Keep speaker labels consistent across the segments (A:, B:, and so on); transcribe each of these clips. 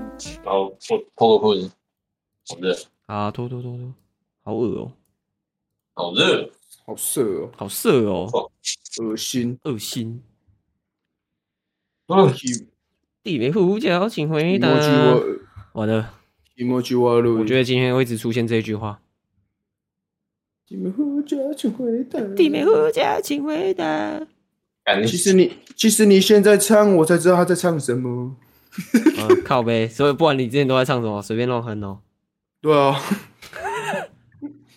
A: 我我脱个裤子，好热，
B: 啊，脱脱脱脱，好恶哦，
A: 好热，
C: 好色哦，
B: 好色哦，
C: 恶心。
B: 恶心。
A: 嗯，
B: 地雷护角，请回答。
C: emoji
B: 完了，
C: emoji 我录，
B: 哎我觉得今天会一直出现这句话。
C: 你们互加请回答。
B: 地雷护角，请回 答。
A: 感觉
C: 其实你其实你现在唱，我才知道他在唱什么。
B: 嗯，靠呗。所以不然你之前都在唱什么？随便乱哼哦。
C: 对啊，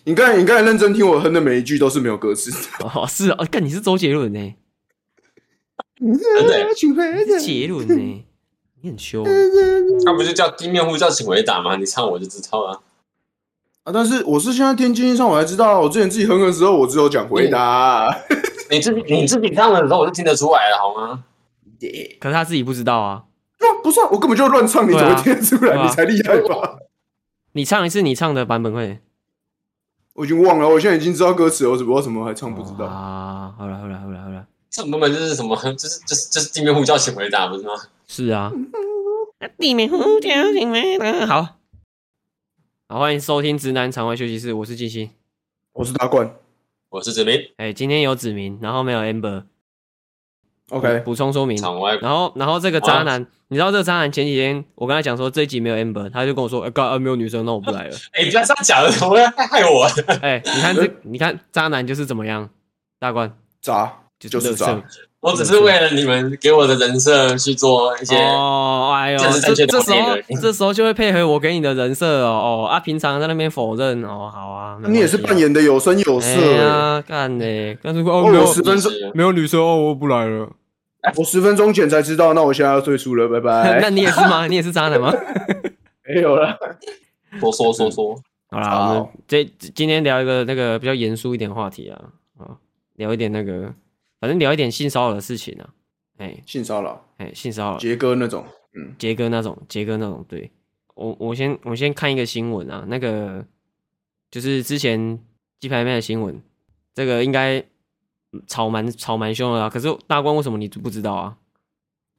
C: 你刚才你刚才认真听我哼的每一句都是没有歌词的。
B: 哦，是哦，干你是周杰伦呢？
A: 真的欸，
C: 请回
B: 你是杰伦呢？你很羞。
A: 他不就叫地面呼叫请回答吗？你唱我就知道了。
C: 啊！但是我是现在听经济上，我才知道，我之前自己哼的时候，我只有讲回答。
A: 你自己你自己唱的时候我就听得出来了，好吗？
B: 可是他自己不知道啊。
C: 那、不是、啊，我根本就乱唱，你怎
B: 对啊
C: 么听得出来？
B: 对啊
C: 你才厉害吧？
B: 你唱一次你唱的版本会。
C: 我已经忘了，我现在已经知道歌词了，我只不过什么还唱不知道。
B: 啊，好了好了好了好了，
A: 这种根本就是什么，就是就是就是地面呼叫请回答，不是吗？
B: 是啊。地雷护角，请回答。好。好，欢迎收听直男场外休息室，我是静心。
C: 我是大冠
A: 我是子明，
B: 哎、今天有子明，然后没有 amber。
C: ，OK，
B: 补充说明。
A: 场外
B: 然后，然后这个渣男，你知道这个渣男前几天我跟他讲说这一集没有 amber，他就跟我说，呃，刚、呃、没有女生，那我不来 了。
A: 哎、不要这样讲了，我 要害我。
B: 哎、你看这，你看渣男就是怎么样，大官
C: 砸
B: 就
C: 就是
B: 乐
C: 渣
B: 色。
A: 我只是为了你们给我的人设去做一些，
B: 哦，哎呦，
A: 这是正
B: 这
A: 确的
B: 这时
A: 我
B: 候
A: 给的
B: 这时候就会配合我给你的人设哦哦啊，平常在那边否认哦，好啊，没关系啊
C: 你也是扮演的有声有色、
B: 哎呀，干嘞，但是哦
C: 哦
B: 没
C: 我
B: 有
C: 十分钟，
B: 没有女生哦，我不来了。
C: 我十分钟前才知道，那我现在要退出了，拜
B: 那
C: 拜。
B: 你也是吗？你也是渣男吗？
C: 没有了，
A: 多说说说，
B: 好啦，我们
C: 好
B: 这今天聊一个那个比较严肃一点的话题啊，啊，聊一点那个，反正聊一点性骚扰的事情啊，哎、
C: 性骚扰，
B: 哎、性骚扰，
C: 杰哥那种，嗯，
B: 杰哥那种，杰哥那种，对我我先我先看一个新闻啊，那个就是之前鸡排妹的新闻，这个应该嗯吵蛮吵蛮凶的啊，可是大官为什么你不知道啊？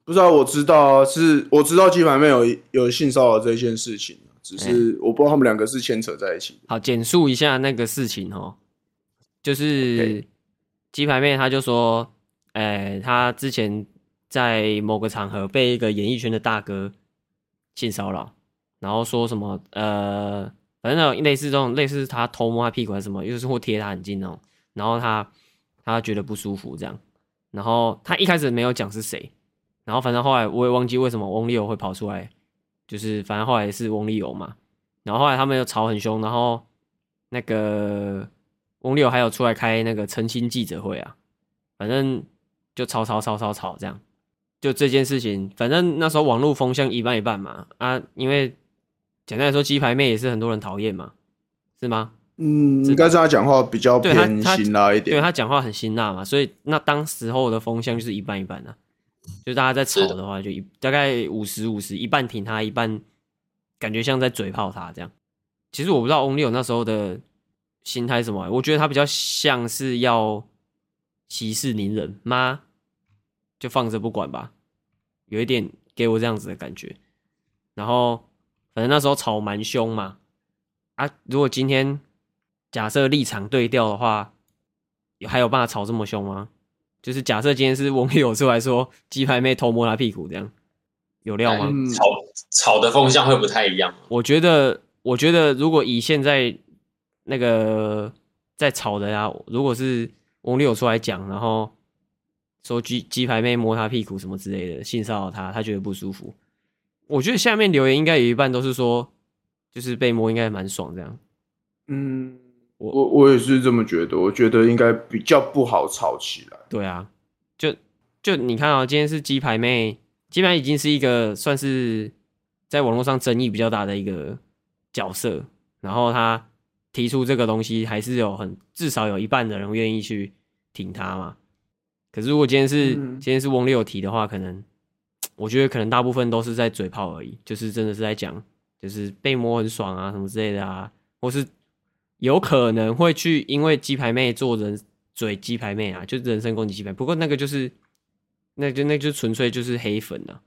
C: 不知道我知道啊，是我知道鸡排妹有有性骚扰这件事情，啊只
B: 哎
C: 是我不知道他们两个是牵扯在一起的。
B: 好，简述一下那个事情哦，就是鸡排妹她就说，呃，她之前在某个场合被一个演艺圈的大哥性骚扰，然后说什么呃，反正那种类似这种类似他偷摸她屁股还是什么，又是或贴她很近那种，然后她她觉得不舒服这样，然后她一开始没有讲是谁，然后反正后来我也忘记为什么翁立友会跑出来，就是反正后来是翁立友嘛，然后后来他们又吵很凶，然后那个翁六还有出来开那个澄清记者会啊，反正就吵吵吵吵吵这样。就这件事情，反正那时候网络风向一半一半嘛啊，因为简单来说，鸡排妹也是很多人讨厌嘛，是吗？
C: 嗯，应该是他讲话比较
B: 对他
C: 偏
B: 他
C: 辛辣一
B: 对
C: 点。
B: 她讲话很辛辣嘛，所以那当时候的风向就是一半一半啊，就大家在吵的话，就一大概五十五十，一半挺他，一半感觉像在嘴炮他这样。其实我不知道 Only 有那时候的心态是什么欸、我觉得他比较像是要息事宁人妈就放着不管吧，有一点给我这样子的感觉。然后反正那时候吵蛮凶嘛，啊，如果今天假设立场对调的话，有还有办法吵这么凶吗？就是假设今天是网友出来说鸡排妹偷摸他屁股这样，有料
A: 啊
B: 吗？
C: 嗯
A: 哎吵吵的风向会不太一样。
B: 我觉得，我觉得如果以现在那个在吵的呀、如果是翁六出来讲，然后说鸡鸡排妹摸他屁股什么之类的，性骚扰他，他觉得不舒服。我觉得下面留言应该有一半都是说，就是被摸应该蛮爽这样。
C: 嗯，
B: 我
C: 我我也是这么觉得，我觉得应该比较不好吵起来。
B: 对啊，就就你看啊、今天是鸡排妹，鸡排已经是一个算是在网络上争议比较大的一个角色，然后他提出这个东西，还是有很至少有一半的人愿意去挺他嘛。可是如果今天是、
C: 嗯
B: 今天是翁六提的话，可能我觉得可能大部分都是在嘴炮而已，就是真的是在讲，就是被摸很爽啊什么之类的啊，或是有可能会去因为鸡排妹做人嘴鸡排妹啊，就是人身攻击鸡排。不过那个就是，那就那就纯粹就是黑粉啊。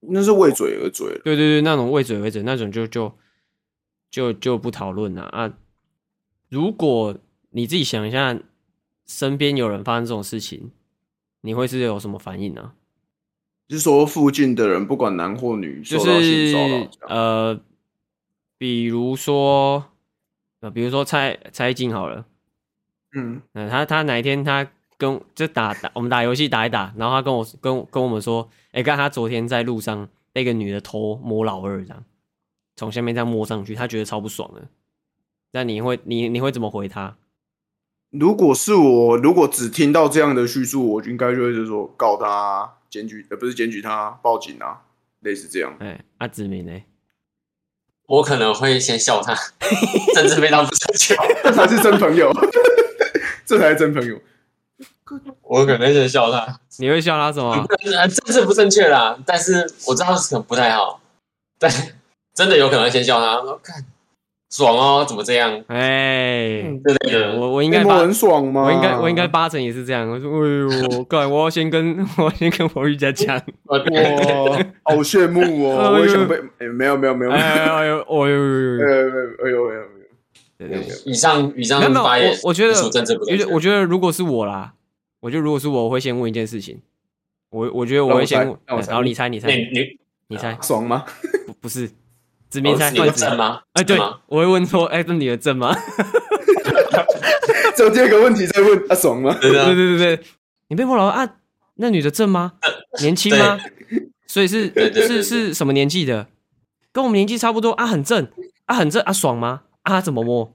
C: 那是为嘴而嘴了。
B: 对对对，那种畏嘴畏嘴那种就就就就不讨论了啊。如果你自己想一下，身边有人发生这种事情，你会是有什么反应呢、啊？
C: 就是说附近的人，不管男或女，
B: 就
C: 受到性骚
B: 是
C: 扰这样，
B: 呃，比如说呃，比如说蔡蔡依静好了，
C: 嗯，
B: 嗯，他他哪一天他跟就打打我们打游戏打一打，然后他跟我跟我跟我们说，哎、刚他昨天在路上被一个女的偷摸老二这样，从下面这样摸上去，他觉得超不爽的。那你会你你会怎么回他？
C: 如果是我，如果只听到这样的叙述，我应该就会是说告他啊、检举，呃，不是检举他啊，报警啊，类似这样。
B: 哎、阿子明呢？
A: 我可能会先笑他， 甚至非常不正确。
C: 这才是真朋友，这才是真朋友。
A: 我可能先笑他，
B: 你会笑他什么？
A: 呃政治不正确啦，但是我知道可能不太好，但 真的有可能先笑他，说看爽哦，怎么这样
B: 哎、
A: 之类的。
B: 我我应
C: 应
B: 该
C: 我
B: 八，
C: 很爽吗？
B: 我应该我应该八成也是这样。我说，哎呦，干，我要先跟 我要先跟侯玉佳讲。
A: 我
C: 哇，好羡慕哦！我也想被，哎没有没有没有，
B: 哎
C: 没有
B: 哎哎呦，哎呦，
C: 没有没有没有没有，
B: 对对对。
A: 以上以上
B: 没有没有，
A: 发言
B: 我我觉得
A: 属政治不正
B: 因为
A: 确。
B: 我觉得如果是我啦，我觉得如果是我，我会先问一件事情。我我觉得我会先
C: 那
B: 问
C: 我，猜那我啊
B: 哎
C: 猜
B: 然后你猜你猜
A: 你你
B: 你猜，
C: 爽吗？
B: 不不是指
A: 你
B: 名猜
A: 哦你
B: 换
A: 会
B: 指
A: 正吗？
B: 哎，对
A: 是吗，
B: 我会问说，哎，这是你的证吗？
C: 只有第二个问题再问，啊爽吗？
A: 真
B: 对
A: 的
B: 对对对，你被摸了啊？那女的证吗？年轻吗？所以是
A: 对对对对
B: 是是什么年纪的？跟我们年纪差不多啊，很正啊，很正啊，爽吗？啊，怎么摸？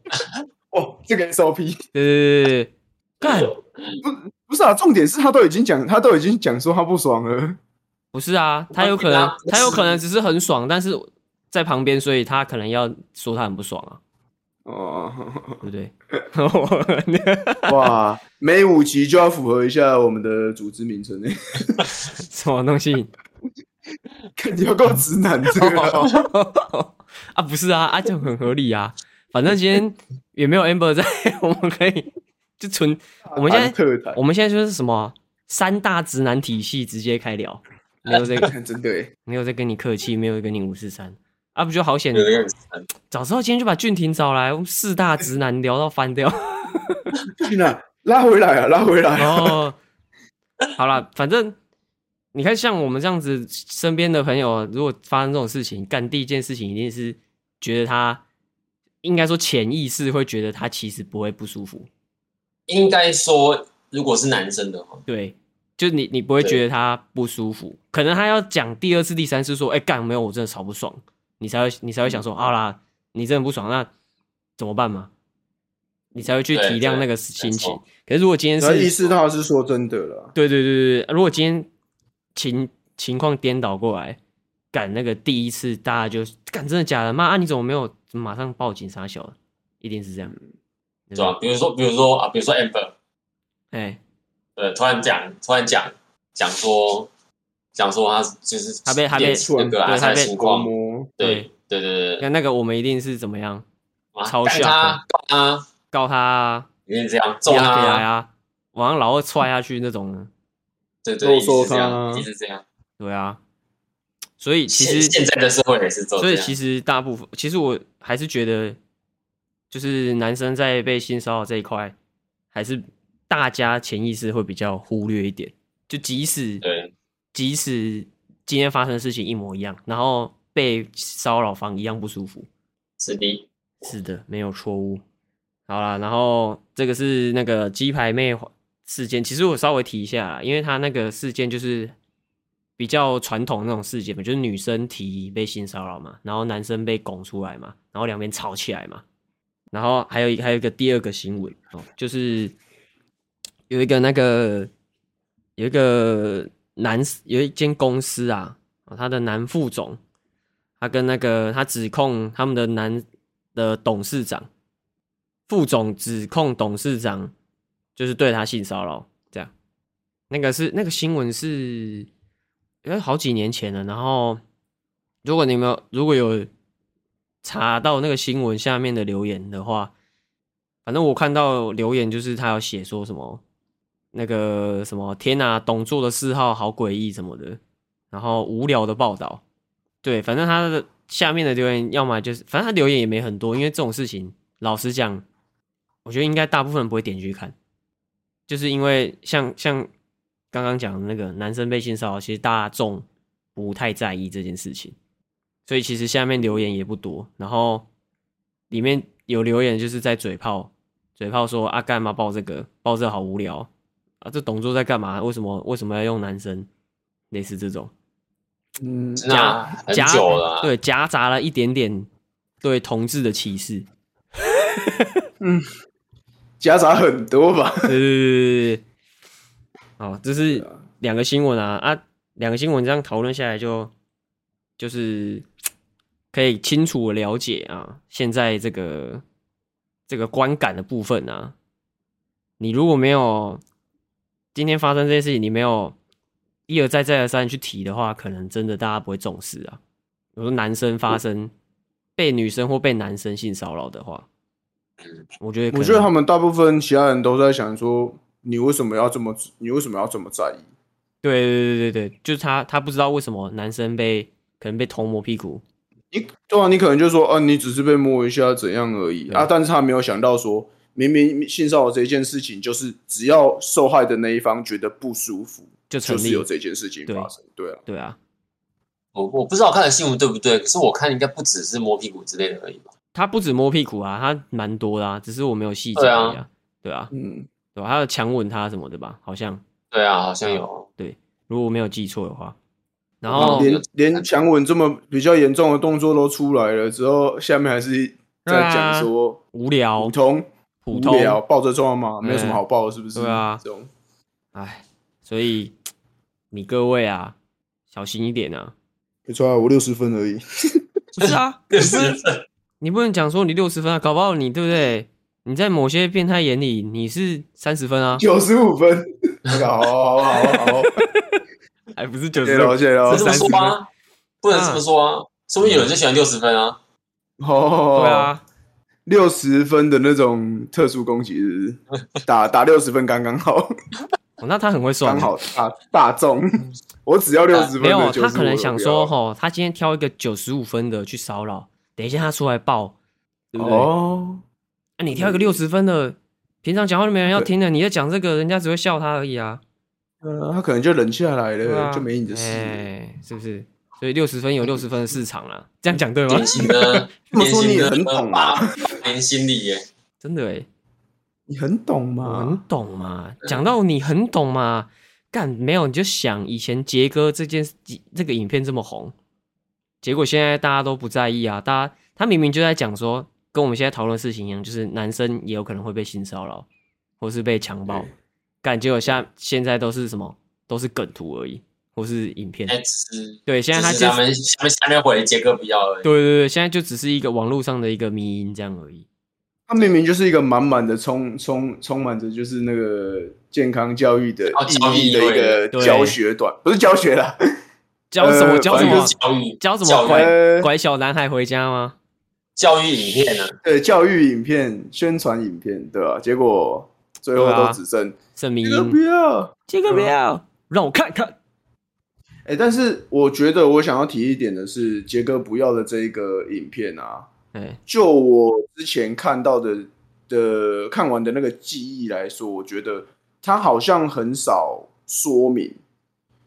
C: 哦，这个 SOP
B: 对对对对对，干
C: 不是啊，重点是他都已经讲，他都已经讲说他不爽了。
B: 不是啊，他有可
A: 对
B: 能
A: 啊，
B: 他有可能只是很爽，但是在旁边，所以他可能要说他很不爽啊，
C: 哦，
B: 对 不对？
C: 哇，每五集就要符合一下我们的组织名称呢，
B: 什么东西？
C: 看你要够直男这
B: 哦
C: 个。
B: 啊，不是啊，啊，这样很合理啊。反正今天也没有 Amber 在， 我们可以就纯，哦 我们现在
C: 特谈，
B: 我们现在就是什么啊三大直男体系直接开聊，没有在
C: 看真的耶，
B: 没有在跟你客气，没有跟你五四三啊，不就好险
A: 有？这个
B: 早知道今天就把俊廷找来，我们四大直男聊到翻掉。
C: 天哪，拉回来啊，拉回来啊！
B: 哦，好啦，反正你看，像我们这样子，身边的朋友如果发生这种事情，干第一件事情一定是觉得他，应该说潜意识会觉得他其实不会不舒服，
A: 应该说，如果是男生的话，
B: 对，就你你不会
A: 对
B: 觉得他不舒服，可能他要讲第二次、第三次说，哎、干没有，我真的超不爽，你才会你才会想
A: 嗯
B: 说，好啦，你真的不爽，那怎么办嘛？你才会去
A: 对
B: 体谅
A: 对
B: 那个
A: 没
B: 心情
A: 错。
B: 可是如果今天
C: 然后
B: 是
C: 意识到是说真的了，
B: 对对对对对，如果今天情情况颠倒过来，赶那个第一次，大家就赶真的假的？妈啊，你怎么没有马上报警杀小？一定是这样，对
A: 是吧？？比如说，比如说啊，比如说 Amber，
B: 哎，
A: 对，突然讲，突然讲，讲说，讲说他就是
B: 他被他被
A: 恋情那个啊，
B: 对他
A: 他的
B: 被
A: 情
C: 国
A: 况，
C: 模
A: 对对对对对，
B: 那那个我们一定是怎么样
A: 啊
B: 嘲
A: 干
B: 笑
A: 他，告他，
B: 告他啊，
A: 一定这样
B: 给
A: 揍他
B: 他
A: 啊，
B: 啊，往上老二踹下去那种呢？
A: 对对，一
C: 肉
A: 直
C: 搜
A: 这
C: 他
A: 样，一直这样。
B: 对啊，所以啊其
A: 现
B: 实
A: 现在的社会也是做
B: 所
A: 这
B: 以
A: 样
B: 其，实大部分，其实我还是觉得，就是男生在被性骚扰这一块，还是大家潜意识会比较忽略一点。就即使
A: 对
B: 即使今天发生的事情一模一样，然后被骚扰方一样不舒服。
A: 是的，
B: 是的，没有错误。好啦，然后这个是那个鸡排妹事件，其实我稍微提一下啦，因为她那个事件就是比较传统那种事件嘛，就是女生提被性骚扰嘛，然后男生被拱出来嘛，然后两边吵起来嘛，然后还有一还有一个第二个新闻哦，就是有一个那个有一个男有一间公司啊，哦他的男副总，他跟那个他指控他们的男的董事长，副总指控董事长就是对他性骚扰，这样。那个是那个新闻是，因为好几年前了。然后，如果你们有如果有查到那个新闻下面的留言的话，反正我看到留言就是他有写说什么那个什么天呐、董座的嗜好好诡异什么的，然后无聊的报道。对，反正他的下面的留言，要么就是，反正他留言也没很多，因为这种事情，老实讲，我觉得应该大部分人不会点去看，就是因为像像刚刚讲的那个男生被性骚扰，其实大众不太在意这件事情，所以其实下面留言也不多，然后里面有留言就是在嘴炮，嘴炮说啊干嘛报这个，报这个好无聊啊，这董卓在干嘛？为什么为什么要用男生？类似这种。
C: 嗯，
A: 真的啊很
B: 夹
A: 久了啊，
B: 对，夹杂了一点点对同志的歧视。
C: 夹杂很多吧？
B: 对对对对对。好，这是两个新闻啊啊，两个新闻这样讨论下来就就是可以清楚地了解啊，现在这个这个观感的部分啊，你如果没有今天发生这些事情，你没有一而再再而三地去提的话，可能真的大家不会重视啊。比如说男生发生被女生或被男生性骚扰的话，我觉得可能
C: 我觉得他们大部分其他人都在想说，你为什么要这么，你为什么要这么在意？
B: 对对对对对，就是他，他不知道为什么男生被可能被头摸屁股，
C: 你对啊，你可能就说，啊，你只是被摸一下怎样而已啊，但是他没有想到说，明明性骚扰这件事情，就是只要受害的那一方觉得不舒服，
B: 就成
C: 就
B: 立
C: 是有这件事情发生。对啊，
B: 对啊，
A: 我我不知道我看的新闻对不对，可是我看应该不只是摸屁股之类的而已吧。
B: 他不止摸屁股啊，他蛮多的啊，只是我没有细节
A: 对啊
B: 而已啊，对啊，
C: 嗯，
B: 对吧、还有强吻他什么的吧，好像
A: 对啊，好像有，
B: 如果我没有记错的话，然
A: 哦
B: 后
A: 嗯
C: 连连强吻这么比较严重的动作都出来了之后，下面还是
B: 对
C: 在
B: 啊
C: 讲说
B: 无聊
C: 普通
B: 普
C: 无
B: 通，
C: 聊抱着撞嘛，
B: 嗯
C: 没有什么好抱的，是不是？
B: 对啊
C: 这种
B: 哎，所以你各位啊，小心一点啊，
C: 没错啊，我六十分而已。
B: 不是啊，
A: 可 是
B: 你不能讲说你六十分啊，搞不好你对不对？你在某些变态眼里你是三十分啊，
C: 九十五分。好好好好好，
B: 还哎不是九
C: 谢
B: 十嗯
C: 喽谢喽
A: 不能这，么说啊，不能这么说啊，说不定有人就喜欢六十分啊。
C: 哦，
B: 对，啊，
C: 六十分的那种特殊攻击日，打打六十分刚刚好，
B: 哦，那他很会算
C: 刚
B: 啊，
C: 好大大众，我只要六十分
B: 嗯没有
C: 的，
B: 他可能想说，
C: 哈，
B: 吼，他今天挑一个九十五分的去骚扰，等一下他出来爆，对不对？那、
C: 哦，
B: 你挑一个六十分的，平常讲话都没人要听的，你在讲这个，人家只会笑他而已啊，
C: 呃，他可能就忍下来
B: 啊，
C: 了，哎就没你的事。
B: 哎，是不是？所以六十分有六十分的市场啦，这样讲对吗？
A: 典型的，
C: 这么
A: 典
C: 说你
A: 型
C: 也
A: 的
C: 很懂啊，
A: 年心理耶，
B: 真的哎，
C: 你很懂
B: 我很
C: 嘛？
B: 懂嘛，讲到你很懂嘛，干没有你就想以前杰哥这件这个影片这么红，结果现在大家都不在意啊，大家他明明就在讲说，跟我们现在讨论的事情一样，就是男生也有可能会被性骚扰，或是被强暴，干结果下现在都是什么，都是梗图而已，或是影片，
A: 哎，只是
B: 对，现在他
A: 只是
B: 就
A: 他们他们下面回杰哥不要而已。
B: 对对对，现在就只是一个网络上的一个迷因这样而已，
C: 他明明就是一个满满的充充充满着就是那个健康教育的
A: 哦教育
C: 意义的一个
B: 对
C: 教学短，不是教学啦，
B: 教什么
C: 呃
A: 教
B: 教什
A: 育
B: 么
A: 教育
B: 教什么
A: 教育
B: 拐
C: 呃，
B: 拐小男孩回家吗？
A: 教育影片呢？
C: 对教育影片、宣传影片，对吧、结果最后
B: 对啊
C: 都只剩
B: 圣迷
C: 这
B: 音
C: 个不要。
B: 这个不要，让我看看。
C: 哎、但是我觉得我想要提一点的是，杰哥不要的这一个影片啊，
B: 哎，
C: 就我之前看到的的看完的那个记忆来说，我觉得他好像很少说明，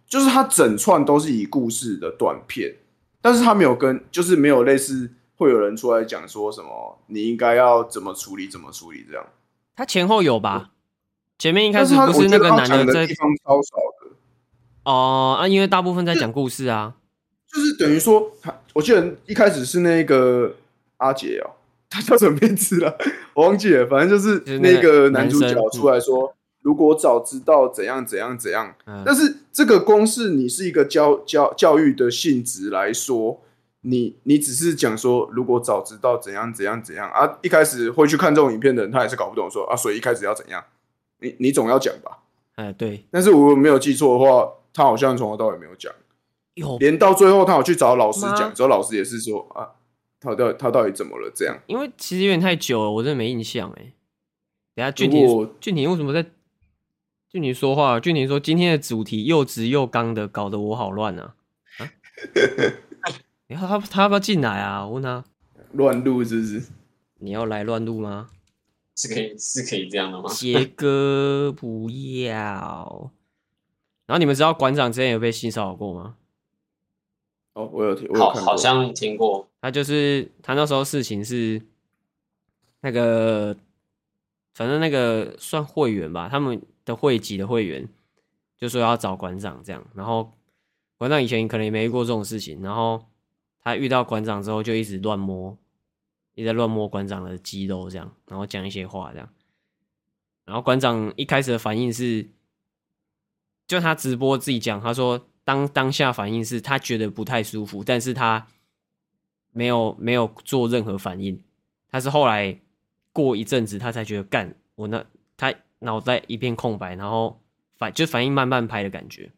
C: 就是他整串都是以故事的短片，但是他没有跟，就是没有类似会有人出来讲说什么你应该要怎么处理，怎么处理这样。
B: 他前后有吧？前面一开
C: 但
B: 始
C: 他
B: 不是那个男
C: 的
B: 在
C: 地方超少的，
B: 哦啊，因为大部分在讲故事啊。
C: 就是等于说他，我记得一开始是那个阿杰哦、他叫什么名字了？我忘记了，反正就
B: 就是是那
C: 那
B: 个
C: 个男主角
B: 男生
C: 出来说，如果早知道怎样怎样怎样，
B: 嗯
C: 但是这个公式，你是一个教教教育的性质来说，你你只是讲说，如果早知道怎样怎样怎样啊，一开始会去看这种影片的人，他也是搞不懂说啊，所以一开始要怎样，你你总要讲吧。
B: 哎，对，
C: 但是我如果没有记错的话，他好像从头到尾没有讲，
B: 有，
C: 连到最后他有去找老师
B: 哦妈
C: 讲，之后老师也是说啊，他到底他到底怎么了这样。
B: 因为其实有点太久了，我真的没印象哎。等一下俊
C: 如
B: 廷
C: 果，
B: 俊廷为什么在？俊廷说话了，俊廷说 今天的主题又直又刚的，搞得我好乱啊！啊，诶他他他要不要进来啊？我问他，
C: 乱录是不是？
B: 你要来乱录吗？
A: 是可以是可以这样的吗？
B: 杰哥不要。然后你们知道馆长之前有被性骚扰过吗？
C: 哦，我有听，我有
A: 好，
C: 看过
A: 好像听过，
B: 他就是他那时候事情是那个，反正那个算会员吧，他们的会籍的会员就说要找馆长这样，然后馆长以前可能也没遇过这种事情，然后他遇到馆长之后就一直乱摸，一直在乱摸馆长的肌肉这样，然后讲一些话这样，然后馆长一开始的反应是，就他直播自己讲，他说当当下反应是他觉得不太舒服，但是他没有没有做任何反应，他是后来过一阵子他才觉得干我那他脑袋一片空白，然后反就反应慢半拍的感觉。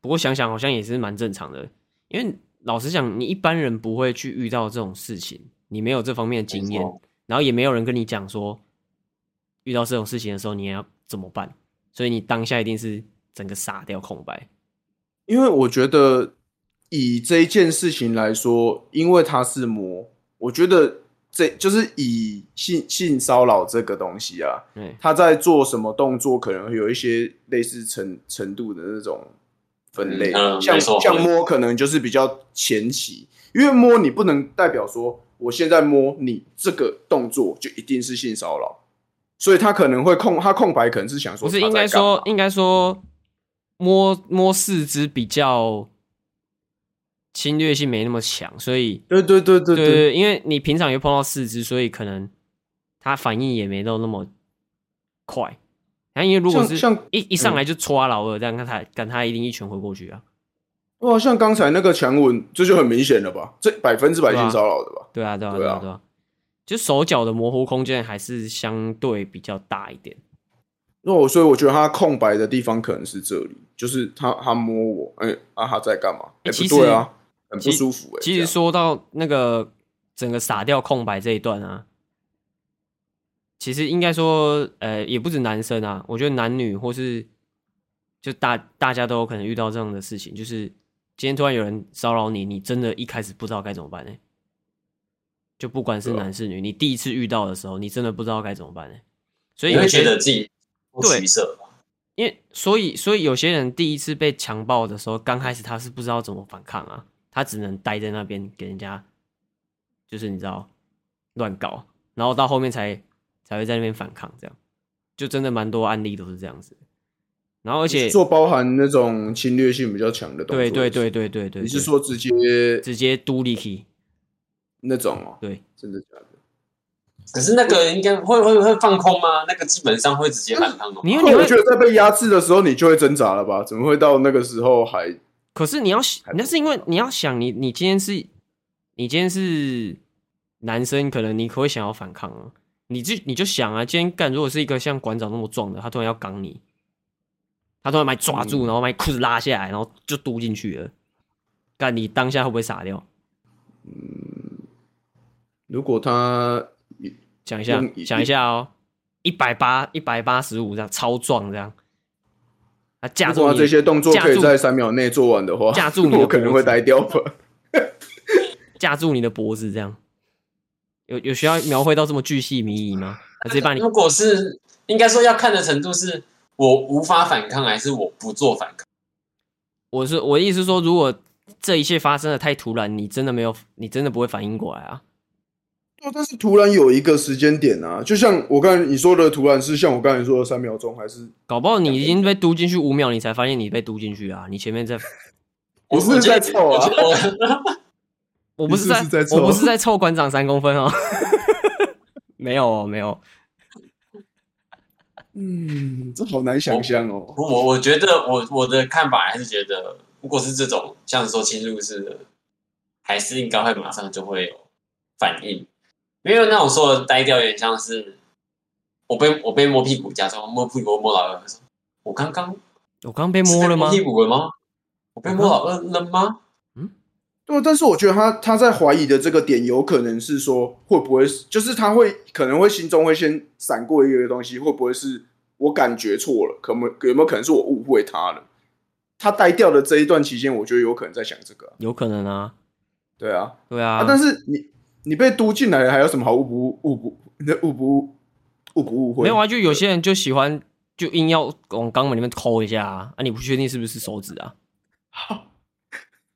B: 不过想想好像也是蛮正常的，因为老实讲，你一般人不会去遇到这种事情，你没有这方面的经验
A: 没错，
B: 然后也没有人跟你讲说遇到这种事情的时候你要怎么办，所以你当下一定是整个傻掉空白。
C: 因为我觉得以这一件事情来说，因为它是魔，我觉得这就是以性性骚扰这个东西啊，
B: 对，
C: 他在做什么动作，可能会有一些类似程程度的那种分类，
A: 嗯嗯
C: 像
A: 没错
C: 像摸可能就是比较前期，因为摸你不能代表说我现在摸你这个动作就一定是性骚扰，所以他可能会空他空白，可能是想说
B: 不是
C: 他
B: 应该
C: 在干嘛
B: 说，应该说摸摸四肢比较侵略性没那么强，所以
C: 对对对对
B: 对
C: 对，
B: 因为你平常也碰到四肢，所以可能他反应也没到那么快。然后因为如果是
C: 像像嗯
B: 一一上来就戳他老二，这样他赶他一定一拳回过去啊，
C: 哇，像刚才那个强吻，这就很明显了吧？这百分之百
B: 对啊
C: 性骚扰的吧？
B: 对啊，对啊，
C: 对
B: 对
C: 啊
B: 啊，对啊，就手脚的模糊空间还是相对比较大一点。
C: 那我所以我觉得他空白的地方可能是这里，就是他他摸我，哎、啊他在干嘛？哎、
B: 其
C: 不
B: 实
C: 对啊，很不
B: 其
C: 舒服哎、
B: 其实说到那个整个傻掉空白这一段啊，其实应该说，呃，也不止男生啊，我觉得男女或是就大大家都有可能遇到这样的事情，就是今天突然有人骚扰你，你真的一开始不知道该怎么办呢、就不管是
C: 对啊
B: 男是女，你第一次遇到的时候，你真的不知道该怎么办呢、所以
A: 你
B: 有
A: 会
B: 些
A: 觉得自己不取舍吧？
B: 因为所以所以有些人第一次被强暴的时候，刚开始他是不知道怎么反抗啊，他只能待在那边给人家，就是你知道乱搞，然后到后面才才会在那边反抗，这样就真的蛮多案例都是这样子。然后而
C: 而
B: 且
C: 做包含那种侵略性比较强的动作，
B: 对对对，对对对，
C: 你是
B: 对
C: 说直接
B: 直接嘟立起？
C: 那种哦、
B: 对，
C: 真的假的？
A: 可是那个应该会会会放空吗？那个基本上会直接反抗的
B: 你
A: 吗。
B: 因为你
C: 那
B: 会
C: 我觉得在被压制的时候，你就会挣扎了吧？怎么会到那个时候还
B: 可是你要想，那是因为你要想你，你今天是，你今天是男生，可能你会想要反抗啊。你就你就想啊，今天干如果是一个像馆长那么壮的，他突然要刚你，他突然把你抓
C: 嗯
B: 住，然后把你裤子拉下来，然后就嘟进去了，干你当下会不会傻掉？
C: 如果他
B: 想一下
C: 用，一
B: 想一下哦，一百八一百八十五这样超壮这样，他架
C: 如
B: 住
C: 果
B: 你
C: 他
B: 的
C: 这些动作
B: 架
C: 可以
B: 住
C: 在三秒内做完的话，
B: 架住你的
C: 我可能会呆掉吧。
B: 架住你的脖子这样，有有需要描绘到这么巨细靡遗吗？他直接把你
A: 如果是应该说要看的程度是我无法反抗，还是我不做反抗？
B: 我是我的意思是说，如果这一切发生的太突然，你真的没有，你真的不会反应过来啊。
C: 对，但是突然有一个时间点啊，就像我刚才你说的，突然是像我刚才说的三秒钟，还是
B: 搞不好你已经被嘟进去五秒，你才发现你被嘟进去啊！你前面 在，
A: 我
C: 不是在凑啊
A: 我觉得
B: 我不是在，
C: 你是不是在凑
B: 我不是在凑馆长三公分 哦，没有哦，没有，
C: 嗯，这好难想象哦。
A: 我我我觉得我我的看法还是觉得，如果是这种像说侵入式的，还是应该会马上就会有反应，因为那种说的呆掉有点像是我被我被摸屁股，假装摸屁股摸老二，说我刚刚
B: 我刚被
A: 是
B: 摸了吗
A: 被？屁股了吗？我被摸老二了吗？
C: 对，啊但是我觉得他他在怀疑的这个点，有可能是说会不会是就是他会可能会心中会先闪过一个东西，会不会是我感觉错了？可没有没有可能是我误会他了？他呆掉的这一段期间，我觉得有可能在想这个啊、
B: 有可能啊，
C: 对啊，
B: 对啊，
C: 啊，但是你你被嘟进来了，还有什么好误不误不误不误不误会？
B: 没有啊，就有些人就喜欢就硬要往肛门里面抠一下啊，啊你不确定是不是手指啊，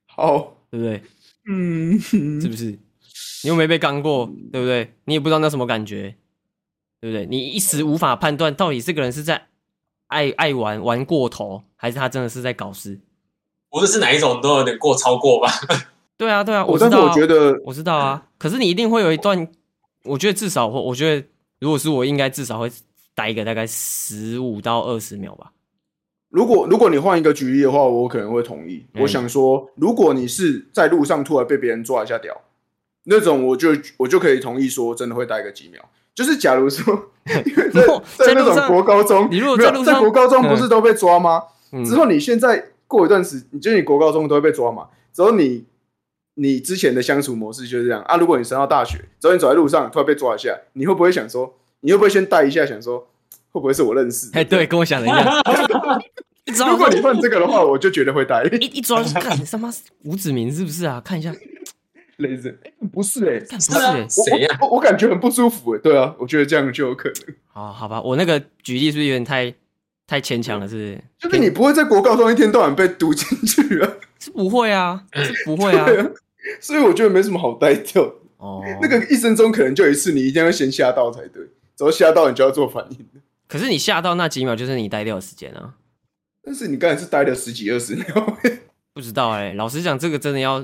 C: 好，
B: 对不对？
C: 嗯，
B: 是不是？你又没被刚过，对不对？你也不知道那什么感觉，对不对？你一时无法判断到底这个人是在爱爱玩玩过头，还是他真的是在搞事。
A: 无论是哪一种，都有点过超过吧。
B: 对啊，对啊，
C: 我
B: 知
C: 哦但是
B: 道啊，
C: 我觉得
B: 我知道啊。可是你一定会有一段，我觉得至少会，我觉得如果是我，应该至少会待一个大概十五到二十秒吧。
C: 如果如果你换一个举例的话，我可能会同意。
B: 嗯
C: 我想说，如果你是在路上突然被别人抓一下屌，那种我就我就可以同意说，真的会待个几秒。就是假 如说，因为
B: 如果
C: 在
B: 在
C: 在那
B: 路上
C: 种国高中，
B: 你如果
C: 没有
B: 在路上
C: 在国高中不是都被抓吗？
B: 嗯，
C: 之后你现在过一段时，你就是你国高中都会被抓嘛。之后你你之前的相处模式就是这样啊。如果你升到大学，之后你走在路上突然被抓一下，你会不会想说，你会不会先带一下，想说会不会是我认识的？
B: 哎，对，跟我想的一样。一抓
C: 如果你换这个的话，我就觉得会呆，
B: 一一抓就是看你他妈是吴子明是不是啊？看一下，
C: 雷神不是哎、
B: 看不
A: 是
B: 是、
A: 啊
B: 欸，
A: 谁 呀、
C: 我我我感觉很不舒服哎、对啊，我觉得这样就有可能，
B: 好好吧，我那个举例是不是有点太太牵强了？是不是？
C: 就是你不会在国高中一天到晚被读进去啊，
B: 是不会 啊，是不会啊。
C: 对啊，所以我觉得没什么好呆掉。
B: 哦，
C: 那个一生中可能就一次，你一定要先吓到才对，只要吓到你就要做反应。
B: 可是你吓到那几秒就是你呆掉的时间啊。
C: 但是你刚才是待了十几二十秒，
B: 不知道哎、老实讲，这个真的要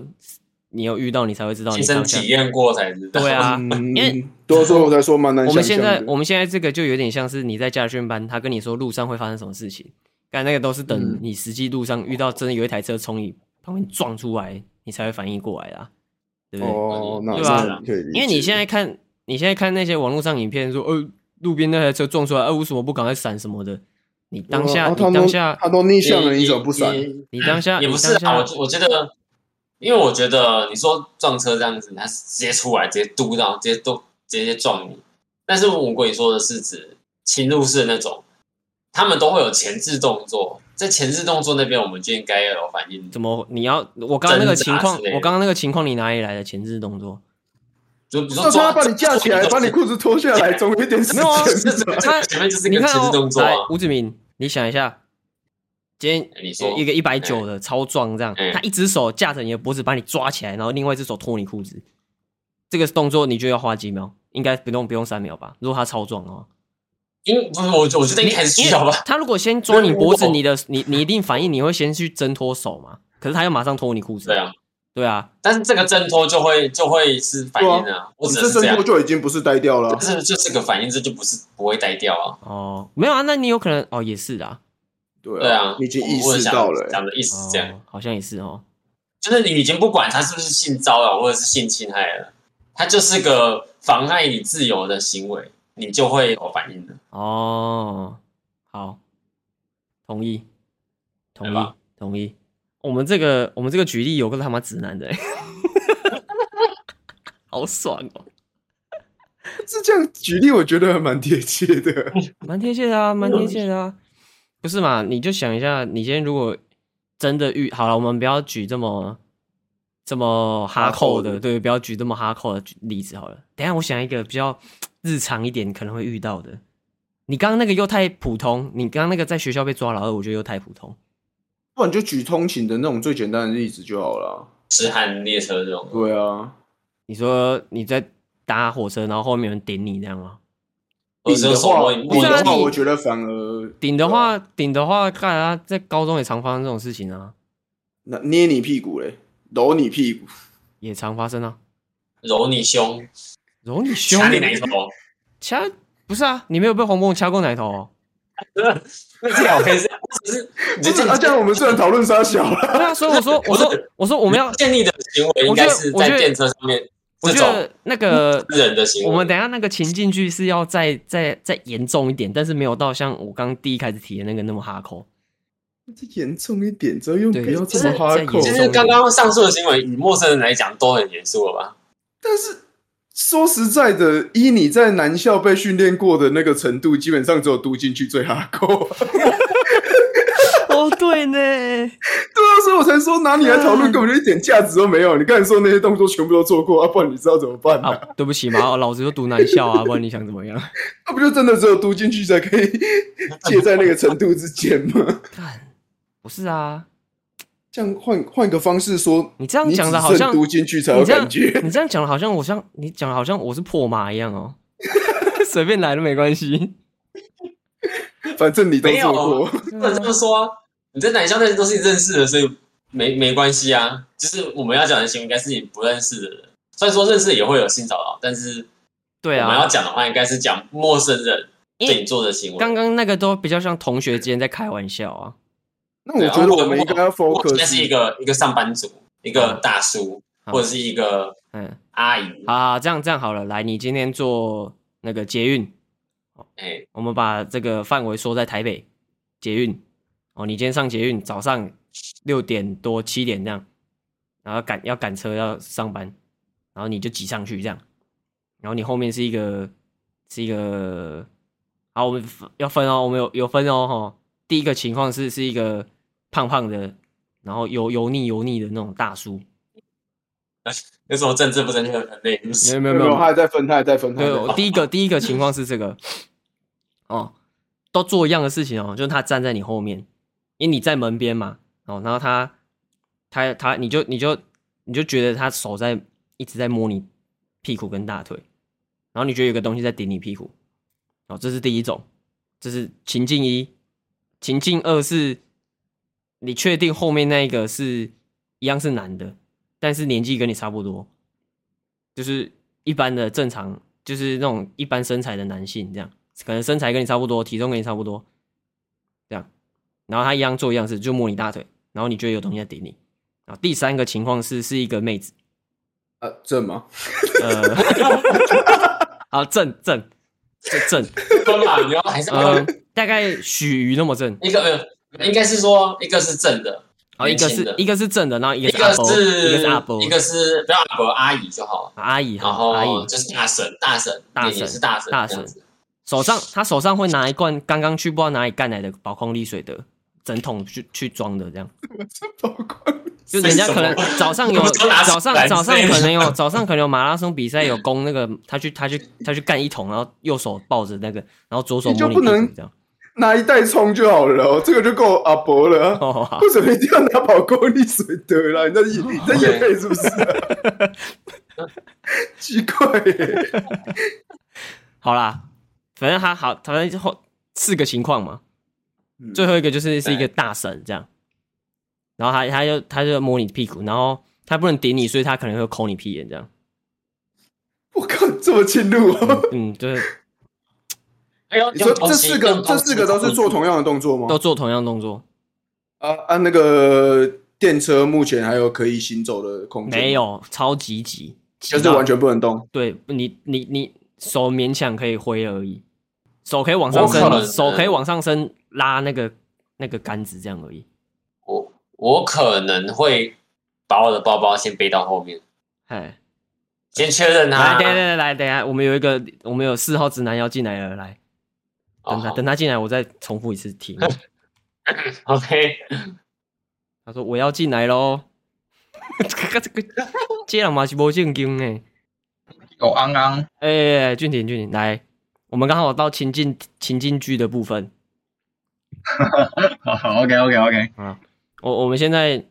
B: 你有遇到你才会知道你
A: 亲
B: 当
A: 身
B: 下
A: 体。验过才知道。
B: 对啊，
C: 嗯
B: 因为
C: 多说我才说蛮难
B: 我
C: 想
B: 们现
C: 象
B: 在
C: 的。
B: 我们现在这个就有点像是你在家训班，他跟你说路上会发生什么事情，但那个都是等
C: 嗯
B: 你实际路上遇到真的有一台车从你旁边撞出来，你才会反应过来啦，对不对？
C: 哦，那
B: 对啊
C: 那可以理解，
B: 因为你现在看，你现在看那些网络上影片说，呃，路边那台车撞出来，呃，为什么不赶快闪什么的？你当下，
C: 哦他
B: 你
C: 都
B: 当下，
C: 他都逆向了，你怎么不闪？
A: 也也
B: 你当下，
A: 也不
B: 你
A: 是
B: 当
A: 啊，
B: 下
A: 我我觉得，因为我觉得你说撞车这样子，他直接出来，直接嘟到，直接都直接撞你。但是我跟你说的是指侵入式的那种，他们都会有前置动作，在前置动作那边，我们就应该要有反应。
B: 怎么？你要我刚刚那个情
A: 挣
B: 况
A: 扎之类，的
B: 我刚刚那个情况，你哪里来的前置动作？
A: 就比如说
C: 那
A: 抓
C: 他把你架起来，把你裤子脱下来，总有一点时
B: 没有啊
C: 间
A: 这
C: 吧。
A: 这前面就是一
B: 你
A: 个
B: 看
A: 前置
B: 哦
A: 动，作
B: 来
A: 啊。
B: 吴子明，你想一下，今
A: 哎你
B: 天
A: 说
B: 一个一百九的超壮这样，
A: 哎
B: 他一只手架着你的脖子把你抓起来，然后另外一只手脱你裤子，这个动作你就要花几秒？应该不用不用三秒吧？如果他超壮的话。
A: 因不是我，我觉得应该是需要吧。
B: 他如果先抓你脖子，
A: 如果
B: 你的你你一定反应，你会先去挣脱手嘛？可是他又马上脱你裤子。
A: 对啊，
B: 对啊，
A: 但是这个挣脱就会就会是反应啊，我
C: 你
A: 只
C: 这
A: 能是这
C: 挣
A: 样
C: 脱。就已经不是呆掉了啊
A: 但，是就是个反应，这就不是不会呆掉啊。
B: 哦，没有啊，那你有可能哦，也是啊，
C: 对
A: 对啊，
C: 你已经
A: 我
C: 意
A: 我
C: 识
A: 想
C: 到了、欸
A: 讲的意思是这样，
B: 哦，好像也是哦。
A: 就是你已经不管他是不是性骚扰或者是性侵害了，他就是个妨碍你自由的行为，你就会有反应的。
B: 哦，好，同意，同
A: 对
B: 意
A: 吧，
B: 同意。我们这个我们这个举例有个他妈直男的、欸， 好爽哦，
C: 是欸这样举例，我觉得还蛮贴切的。
B: 蛮贴切的啊，蛮贴切的啊。不是嘛？你就想一下，你今天如果真的遇好了，我们不要举这么这么哈扣
C: 哈扣
B: 的，
C: 的
B: 对，不要举这么哈扣的举例子好了。等一下我想一个比较日常一点可能会遇到的。你刚刚那个又太普通，你刚刚那个在学校被抓老二，我觉得又太普通。
C: 不然就举通勤的那种最简单的例子就好了。啊
A: 痴汉列车这种，
C: 对啊，
B: 你说你在搭火车，然后后面有人顶你这样吗？
A: 我
C: 顶
A: 只有
C: 的
A: 手
C: 话，
A: 握
C: 顶
B: 不是啊
C: 的话，
B: 你
C: 我觉得反而
B: 顶的话，顶的话，看啊，在高中也常发生这种事情啊，
C: 那捏你屁股嘞，揉你屁股，
B: 也常发生啊，
A: 揉你胸，
B: 揉你胸
A: 掐，你奶头，
B: 掐不是啊？你没有被黄梦掐过奶头、哦？
A: 那这样可以是，只 是你
C: 不
A: 就是这
C: 啊？
A: 样
C: 这样我们虽然讨论沙小了，
B: 对啊，所以我说，我说，我说我们要，
A: 建立的行为应该是
B: 我觉得我觉
A: 在
B: 得
A: 电车上面
B: 我
A: 这
B: 觉
A: 种
B: 得那个
A: 私人的行为。
B: 我们等一下那个情境剧是要再 再再严重一点，但是没有到像我刚第一开始提的那个那么哈口。
C: 严重一点，只要用
B: 对
C: 不要这
B: 这
C: 么哈口
B: 这。
A: 就
B: 严
A: 是刚刚上述的行为，以陌生人来讲都很严肃了吧？
C: 但是说实在的，依你在南校被训练过的那个程度，基本上只有读进去最哈扣。
B: 哦，对呢，
C: 对啊，所以我才说拿你来讨论根本就一点价值都没有。你刚才说那些动作全部都做过，啊，不然你知道怎么办
B: 啊
C: 啊？，
B: 对不起嘛，老子就读男校啊，不然你想怎么 样？
C: 那、不就真的只有读进去才可以借在那个程度之间吗？
B: 看，不是啊，
C: 这样换换一个方式说，
B: 你这样讲的
C: 只
B: 好像
C: 剩读进去才
B: 你
C: 有
B: 这样
C: 感觉。
B: 你这样讲的好像我像你讲的好像我是破马一样哦，随便来都没关系。
C: 反正你都做过，
A: 不能这么说
B: 嗯
A: 啊！你在男校那些都是你认识的，所以没没关系啊。就是我们要讲的行为，应该是你不认识的人。虽然说认识也会有性骚扰，但是
B: 对
A: 我们要
B: 啊，
A: 讲的话，应该是讲陌生人
B: 因为
A: 对你做的行为。
B: 刚刚那个都比较像同学之间在开玩笑啊。
C: 那我觉得我们应该要
A: 如果现在
C: focus
A: 是一个一个上班族，一个大叔，
B: 嗯
A: 或者是一个
B: 嗯，
A: 阿姨，
B: 好好，这样这样好了，来，你今天做那个捷运，
A: 哎，
B: 我们把这个范围缩在台北捷运。哦，你今天上捷运，早上六点多七点这样，然后赶要赶车要上班，然后你就挤上去这样，然后你后面是一个是一个，好，我们分要分哦，我们有有分哦哈。第一个情况是是一个胖胖的，然后油油腻油腻的那种大叔，
A: 那时候政治不正确很累，是不 是？
B: 有没
C: 没
B: 有没
C: 有没
B: 有
C: 有，他，还在分，他还在分，他还
B: 对，
C: 在
B: 我
C: 分。
B: 第一个第一个情况是这个，哦，都做一样的事情哦，就是他站在你后面，因为你在门边嘛，哦，然后他他他你就你就你就觉得他手在一直在摸你屁股跟大腿，然后你觉得有个东西在顶你屁股，哦，这是第一种，这是情境一，情境二是你确定后面那一个是一样是男的，但是年纪跟你差不多，就是一般的正常，就是那种一般身材的男性这样，可能身材跟你差不多，体重跟你差不多，这样，然后他一样做一样事，就摸你大腿，然后你觉得有东西在顶你。然后第三个情况是是一个妹子，
C: 啊，这吗？
B: 呃， 啊正正正正，
A: 分嘛，你要还是
B: 呃，大概许瑜那么正，
A: 一个呃，应该是说一个是正的，
B: 然后哦一个
A: 年轻
B: 是
A: 的
B: 一个是正的，然后一
A: 一
B: 个是
A: 个
B: 阿伯，
A: 一
B: 一个是阿伯，
A: 个是不要阿伯阿姨就好了。
B: 啊阿姨
A: 然
B: 哈，阿
A: 后
B: 姨
A: 就是大神，大神，
B: 大神
A: 也是大神，
B: 大
A: 这样
B: 神
A: 子。
B: 手上他手上会拿一罐刚刚去不知道哪里干来的宝矿力水的整桶去去装的这样。
C: 包括
B: 就人家可能
A: 是什么
B: 早上有
A: 我们都拿
B: 早上
A: 蓝色
B: 早上可能有早上可能有马拉松比赛有攻那个他去他去他去干一桶，然后右手抱着那个，然后左手
C: 你就
B: 摸
C: 不
B: 屁
C: 能
B: 股这样。
C: 拿一袋葱就好了哦，这个就够阿伯了啊。
B: 哦，好
C: 为什么一定要拿宝沟丽水得啦？你在你在夜配是不是啊、奇怪耶、
B: 好啦，反正他好，反正后四个情况嘛，
C: 嗯
B: 最后一个就是是一个大神这样，然后他他就他就摸你屁股，然后他不能顶你，所以他可能会抠你屁眼这样。
C: 我靠，这么侵入、哦！
B: 嗯，就是
A: 哎呦，
C: 你说
A: 用东
C: 这
A: 西
C: 四个
A: 用
C: 这
A: 东西
C: 四个都是做同样的动作
B: 都
C: 吗？
B: 做同样动作，
C: 啊啊，那个电车目前还有可以行走的空间，
B: 没，有超级急，急
C: 就是
B: 到
C: 完全不 能动。
B: 对你，你你手勉强可以挥而已，手可以往上
A: 我可能
B: 升，手可以往上升拉那个那个杆子这样而已。
A: 我我可能会把我的包包先背到后面，
B: 哎，
A: 先确认
B: 来，
A: 他。
B: 等一下等一下来等一下，我们有一个，我们有四号直男要进来了，来
A: 哦
B: 等他
A: 好
B: 等他进来，我再重复一次题目。
A: OK，
B: 他说我要进来喽，这个这个这人嘛是无正经哎
D: 有昂昂，
B: 哎哎，哎俊廷俊廷来，我们刚好到情境情境剧的部分。
D: 好好，OK OK OK，
B: 我我们现在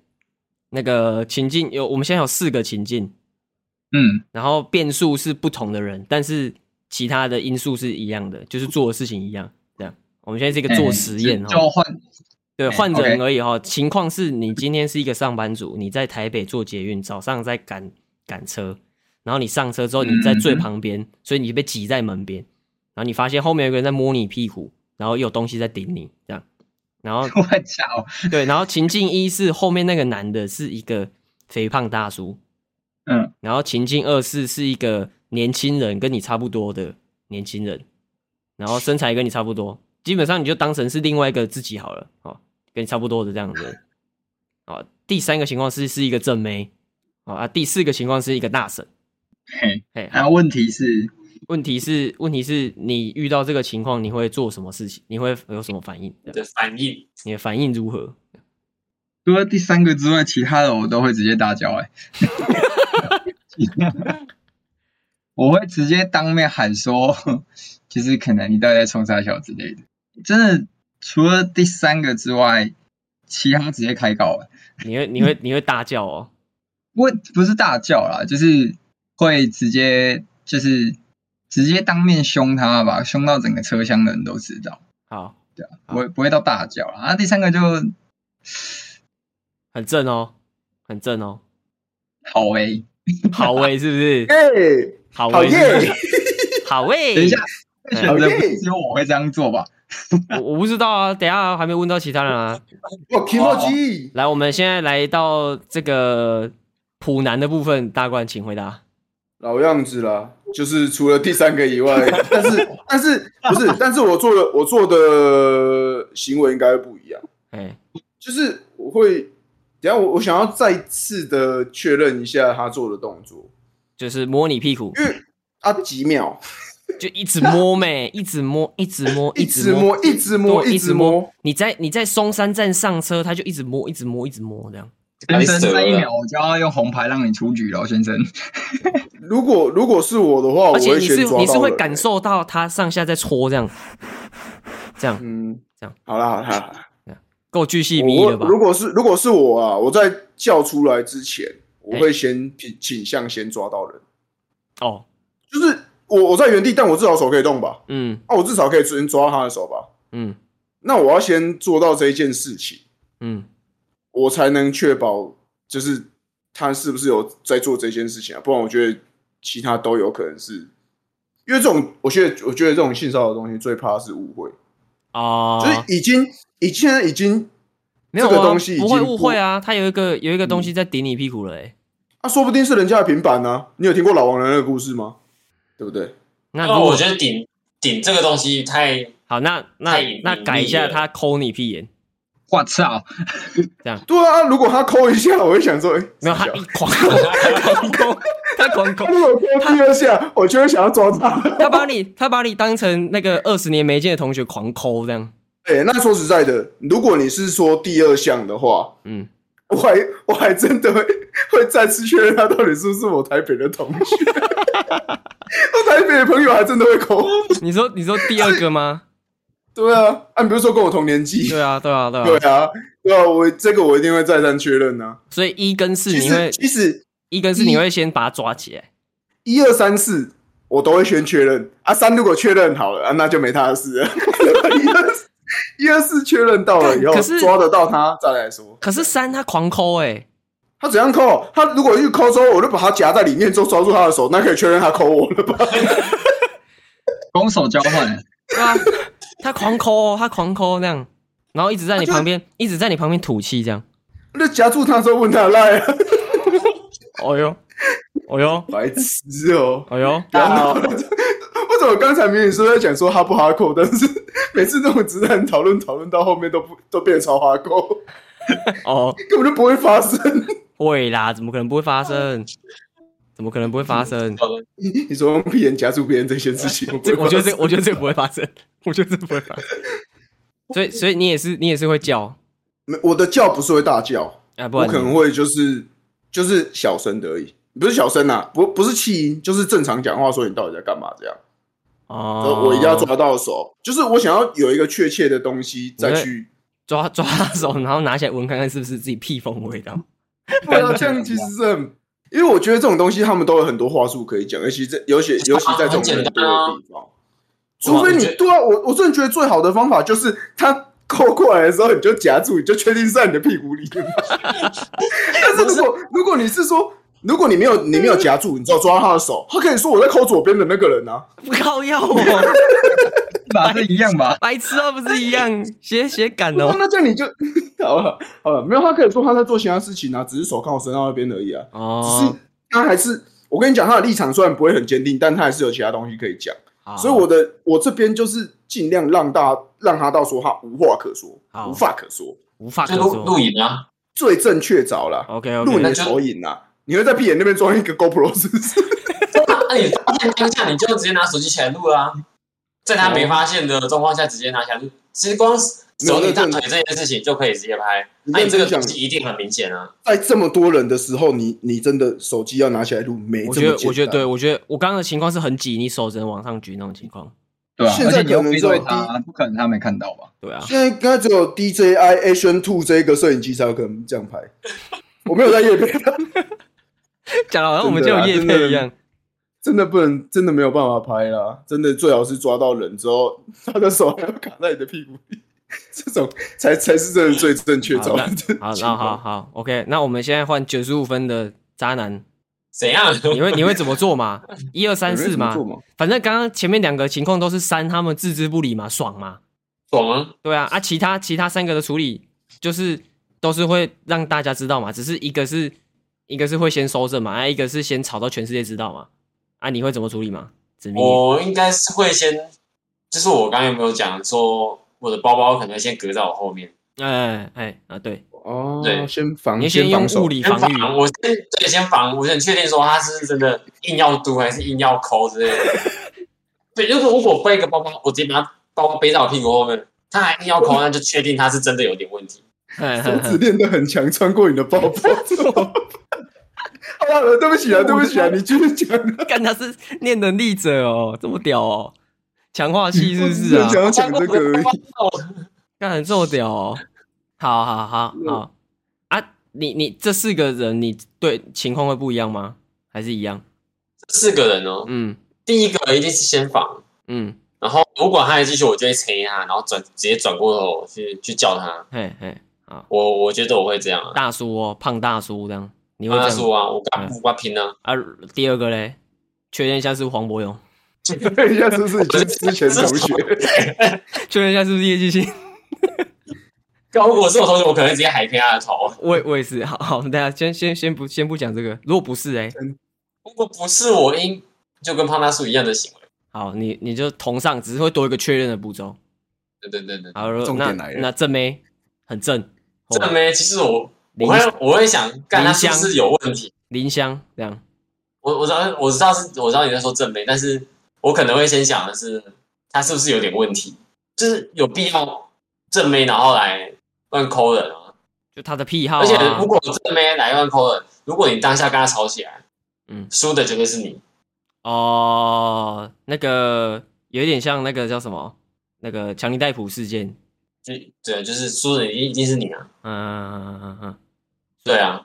B: 那个情境有，我们现在有四个情境，
D: 嗯，
B: 然后变数是不同的人，但是其他的因素是一样的，就是做的事情一样。这样，我们现在是一个做实验
D: 嗯就就
B: 哦，
D: 换
B: 对，
D: 嗯
B: 换
D: OK
B: 人而已哈、哦。情况是你今天是一个上班族，你在台北做捷运，早上在赶赶车，然后你上车之后你
D: 嗯
B: 在最旁边，所以你被挤在门边，然后你发现后面有个人在摸你屁股，然后有东西在顶你，这样，然后
D: 我操，
B: 对，然后情境一是后面那个男的是一个肥胖大叔，
D: 嗯，
B: 然后情境二是是一个年轻人，跟你差不多的年轻人，然后身材跟你差不多，基本上你就当成是另外一个自己好了，哦，跟你差不多的这样子。哦，第三个情况是是一个正妹，哦啊，第四个情况是一个大神。
D: 嘿，
B: 嘿，好
D: 那、啊问题是，
B: 问题是问题是你遇到这个情况，你会做什么事情？你会有什么反应？
A: 的反应
B: 你的反应如何？
D: 除了第三个之外，其他的我都会直接大叫、欸，哎， 我会直接当面喊说， 就是可能你到底在冲啥小之类的。真的，除了第三个之外，其他直接开搞了、
B: 你会你会你会大叫哦，
D: 不过不是大叫啦，就是会直接就是直接当面凶他吧，凶到整个车厢的人都知道。
B: 好，好
D: 不会不会到大叫啦。啊，第三个就
B: 很正哦，很正哦，
D: 好诶、
B: 好喂是不是？
C: 耶，
B: 好欸
C: 好
B: 喂是不
C: 耶
B: 是， 好喂，
D: 等一下，
B: 哎
D: 选择不
C: 好耶
D: 是只有我会这样做吧？
B: 我我不知道啊，等一下还没问到其他人啊。
C: 我 k i m o j
B: 来，我们现在来到这个普男的部分，大冠请回答。
C: 老样子啦，就是除了第三个以外， 但是但是不是？但是我做的我做的行为应该会不一样，
B: 哎，
C: 就是我会等一下我我想要再次的确认一下他做的动作，
B: 就是摸你屁股，
C: 因为啊几秒
B: 就一直摸妹，一直摸，一直摸，
C: 一
B: 直
C: 直
B: 摸，
C: 摸一直摸
B: 对
C: 一直摸，。
B: 你在你在松山站上车，他就一直摸，一直摸，一直摸，这样。
A: 把
D: 先
A: 你
D: 生，
A: 折
D: 那一
A: 了
D: 秒，我就要用红牌让你出局了，先生。
C: 如果如果是我的哦话，我
B: 而且
C: 会
B: 你是
C: 先抓到
B: 你是会
C: 人
B: 感受到他上下在搓这样，这样
C: 嗯
B: 这样
C: 好啦好啦好啦。
B: 够巨细靡遗
C: 我
B: 了吧？
C: 如果是如果是我啊，我在叫出来之前，我
B: 哎
C: 会先倾倾向先抓到人，
B: 哦，
C: 就是我我在原地，但我至少手可以动吧？
B: 嗯
C: 啊，我至少可以先抓到他的手吧？
B: 嗯
C: 那我要先做到这一件事情，
B: 嗯，
C: 我才能确保就是他是不是有在做这件事情啊？不然我觉得其他都有可能是，因为这种我觉得我觉得这种性骚扰的东西最怕是误会，
B: 哦，
C: 就是已经已现在已经
B: 没有
C: 啊这个
B: 啊
C: 东西，已
B: 不会
C: 经
B: 误
C: 不
B: 会啊，他有一个有一个东西在顶你屁股了、欸，
C: 啊，说不定是人家的平板呢、你有听过老王的那个故事吗？对不对？
B: 那
A: 那
B: 如果
A: 我觉得顶顶这个东西太
B: 好，那那
A: 太隐蔽
B: 那改一下，
A: 了
B: 他抠你屁眼，
D: 我操！
C: 对啊，如果他抠一下，我会想说，哎、
B: 没有他
C: 傻
B: 一
C: 小
B: 狂 抠，他狂抠，他狂抠
C: 他，如果抠第二下，我就会想要抓他。
B: 他把你他把你当成那个二十年没见的同学狂抠这样，
C: 哎、那说实在的，如果你是说第二项的话，
B: 嗯，
C: 我还 我还真的会会再次确认他到底是不是我台北的 同学。我台北的朋友还真的会抠。
B: 你说你说第二个 吗？
C: 对啊，啊，你不是说跟我同年纪？
B: 对啊对啊对
C: 对
B: 啊，
C: 啊，对啊，我这个我一定会再三确认呢、啊。
B: 所以一跟四
C: 其
B: 你会
C: 实其实
B: 一跟四你会先把他抓起来，
C: 一二三四我都会先确认啊，三如果确认好了啊，那就没他的事了。 一二四一二四确认到了以后
B: 可是，
C: 抓得到他再来说。
B: 可是三他狂抠哎、欸，
C: 他怎样抠？他如果一抠之后，我就把他夹在里面，就抓住他的手，那可以确认他抠我了吧？
D: 攻守交换，
B: 对啊，他狂抠哦、他狂抠那样，然后一直在你旁边一直在你旁边吐气这样，
C: 那夹住他之后问他赖、啊，
B: 哦哟，哦哟，
C: 白痴哦、
B: 哦 哟。
C: 然后为什么刚才明明说在讲说哈不哈扣，但是每次那种直男讨论讨论到后面都不都变成超哈扣，
B: 哦，
C: 根本就不会发生。
B: 会啦，怎么可能不会发生？怎么可能不会发生？
C: 你说用屁眼夹住别人这件事情，
B: 这我觉得
C: 这。
B: 这我觉得这不会发生， 我觉得这不会发生。所以所以你也是你也是会叫
C: 没，我的叫不是会大叫，
B: 啊，不
C: 我
B: 然
C: 可能会就是就是小声的而已，不是小声呐、啊，不不是气音，就是正常讲话，说你到底在干嘛这样。
B: 哦，
C: 呃我一定要抓到手，就是我想要有一个确切的东西再去。
B: 抓抓他手，然后拿起来闻看看是不是自己屁风味道。
C: 对啊，这样其实是很，因为我觉得这种东西他们都有很多话术可以讲，尤其在尤其尤其在这种人多的地方，除非你
A: 哇我觉得
C: 对啊，我我真的觉得最好的方法就是他。扣过来的时候你就夹住，你就确定是在你的屁股里面。但是如果如果你是说，如果你没有你没有夹住，你只有抓到他的手，他可以说我在抠左边的那个人啊。
B: 不靠药哦，
D: 吧是一样吧？
B: 白痴啊，不是一样写写感
C: 那
B: 哦。
C: 那这样你就 好了好了，没有他可以说他在做其他事情啊，只是手刚好伸到那边而已啊。只
B: 哦
C: 是，他还是，我跟你讲，他的立场虽然不会很坚定，但他还是有其他东西可以讲。
B: 好
C: 所以我的我这边就是尽量让大让他到说他无话可说，
B: 好
C: 无话可说，
B: 无法
A: 就
B: 可
A: 录录
B: 说。
A: 影啊，
C: 最正确着啦，
B: OK
C: 录你
B: OK，
C: 的手影啊，你会在屁眼那边装一个 GoPro 是不是？
A: 那啊你发现当下你
B: 哦
A: 就直接拿手机起来录啊，在他没发现的状况下直接拿起来录，其实光只有你大腿这件事情就可以直接拍，那你这个东西一定很明显啊。
C: 在这么多人的时候，你你真的手机要拿起来录，没
B: 我
C: 这
B: 觉
C: 么
B: 得
C: 简单。
B: 我觉得对，我觉得我刚刚的情况是很挤，你手只能往上举那种情况。
D: 对吧、
C: 现
D: 而
C: 在
D: 且你又
C: 可能
D: 背
C: 只有
D: 对
C: 第
D: 他，不可能他没看到吧？
B: 对啊，
C: 现在应该只有 DJI Action Two 这个摄影机才有可能这样拍。我没有在夜配，
B: 讲的好像我们就
C: 真
B: 有
C: 的啊
B: 叶
C: 真的
B: 配一样。
C: 真的不能，真的没有办法拍啦。真的最好是抓到人之后， 他的手还要卡在你的屁股里，这种才才是真的最正确
B: 好
C: 照。
B: 那
C: 这种
B: 好，
C: 情
B: 那
C: 况
B: 好好，OK，那我们现在换九十五分的渣男，
A: 怎样？
B: 你会你会怎么做嘛？一二三四嘛
C: 有人怎么做，嘛
B: 反正刚刚前面两个情况都是三，他们置之不理嘛，爽嘛，
A: 懂吗？
B: 对啊，啊，其他其他三个的处理就是都是会让大家知道嘛，只是一个是一个是会先收正嘛，啊，一个是先吵到全世界知道嘛，啊，你会怎么处理嘛？子明，
C: 哦
A: 我应该是会先，就是我刚刚有没有讲说我的包包可能先隔在我后面，
B: 哎哎啊，对，
C: 哦
A: 对，
C: 先防，
B: 你先用
C: 防
B: 物
C: 守。
B: 理
A: 先
B: 防
A: 防
B: 御，，
A: 我先对先防，我很确定说他是真的硬要嘟还是硬要抠之类 的。对，就是如果背一个包包，我直接把它包包背在我屁股后面，他还硬要抠，那就确定他是真的有点问题。
B: 哎
C: 手指练得很强，穿过你的包 包。好了，对不起啊，对不 起啊，你继续讲啊。
B: 干他是念能力者哦，这么屌哦，强化系是不是
C: 嗯我
B: 啊
C: 只？想要讲这个而已。
B: 干这么屌哦，好好好
C: 嗯
B: 好啊！你你这四个人，你对情况会不一样吗？还是一样？
A: 四个人哦，
B: 嗯
A: 第一个一定是先防，
B: 嗯，
A: 然后如果他还继续，我就会催他，然后转直接转过头去去叫他。
B: 嘿嘿，好，
A: 我我觉得我会这样啊，
B: 大叔哦，胖大叔这样，你会
A: 跟
B: 这
A: 他
B: 样
A: 说啊，我跟他
B: 嗯
A: 不跟他拼啊，
B: 啊？第二个嘞，确认一下是不是黄柏勇，
C: 一下是不是之之前同学？
B: 确认一下是不是叶继兴？
A: 干如果是我同学，我可能直接海偏他的头。
B: 我也我也是，好好，大家先先先不先不讲这个，如果不是哎、
A: 如果不是我应，就跟胖大叔一样的行为。
B: 好，你你就同上，只是会多一个确认的步骤。
A: 对对对对，
B: 好，如
C: 重
B: 那
C: 点来了
B: 那正妹很正，
A: 这个没，其实我我
B: 哦林
A: 会我会想，干他是不
B: 林
A: 是有问题？
B: 林香这样，
A: 我我知道我知道是我知道你在说正妹，但是我可能会先想的是他是不是有点问题，就是有必要正妹然后来乱抠人
B: 哦
A: 啊？
B: 就她的癖好、啊，
A: 而且如果正妹来乱抠人，如果你当下跟他吵起来，
B: 嗯
A: 输的绝对是你。
B: 哦，那个有一点像那个叫什么，那个强尼戴普事件，
A: 就对，就是输的一定一定是你啊。
B: 嗯嗯嗯嗯嗯，
A: 对啊，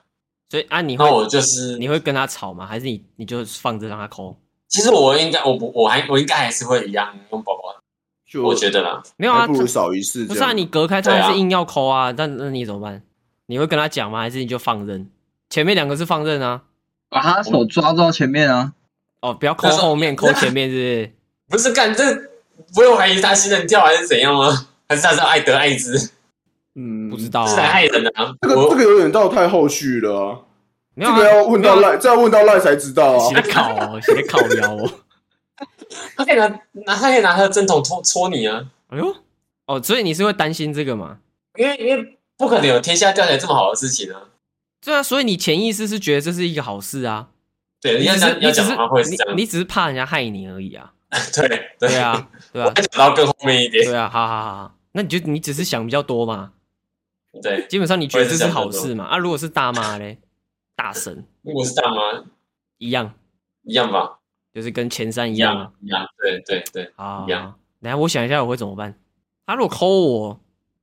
B: 所以啊，你会
A: 那我就是
B: 你会跟他吵吗？还是你你就放着让他抠？
A: 其实我应该，我不，我还我应该还是会一样用宝宝，
C: 就
A: 我觉得啦。
B: 没有啊，
C: 还不如
B: 他
C: 少一次。
B: 不是啊，你隔开他
A: 对啊
B: 还是硬要抠啊，但那你怎么办？你会跟他讲吗？还是你就放任？前面两个是放任啊，
D: 把他手抓到前面啊，
B: 哦，不要抠
A: 就是
B: 后面，抠前面是不是？
A: 不是干这，不用怀疑他信任跳还是怎样吗？还是他是爱德爱之，是
C: 嗯
B: 不知道
A: 来
B: 啊，
A: 害人的啊？
C: 这个
A: 我
C: 这个有点到太后续了啊、
B: 没有
C: 这
B: 啊
C: 个要问到
B: 没有啊
C: 赖，再问到赖才知道啊。
B: 写考哦，写考腰哦。
A: 他可以拿拿他可以拿他的针筒戳戳你啊，
B: 哎呦，哦，所以你是会担心这个嘛？
A: 因为因为不可能有天下掉下来这么好的事情啊。
B: 对啊，所以你潜意识是觉得这是一个好事啊，
A: 对，你
B: 你
A: 要
B: 只是
A: 讲要
B: 你只
A: 讲
B: 是
A: 的话会是这
B: 你
A: 样，
B: 你只是怕人家害你而已啊。
A: 对对
B: 对，啊，对
A: 我
B: 啊
A: 要，讲到更后面一点，
B: 对啊，好好好好，那你就你只是想比较多嘛，
A: 对。
B: 基本上你觉得这是好事嘛？啊，如果是大妈嘞，大神
A: 如果是大妈
B: 一样，
A: 一样吧，
B: 就是跟前三一
A: 一
B: 样啊啊
A: 样一样，对对对，
B: 好。好
A: 一样
B: 好等下我想一下我会怎么办。他如果抠我，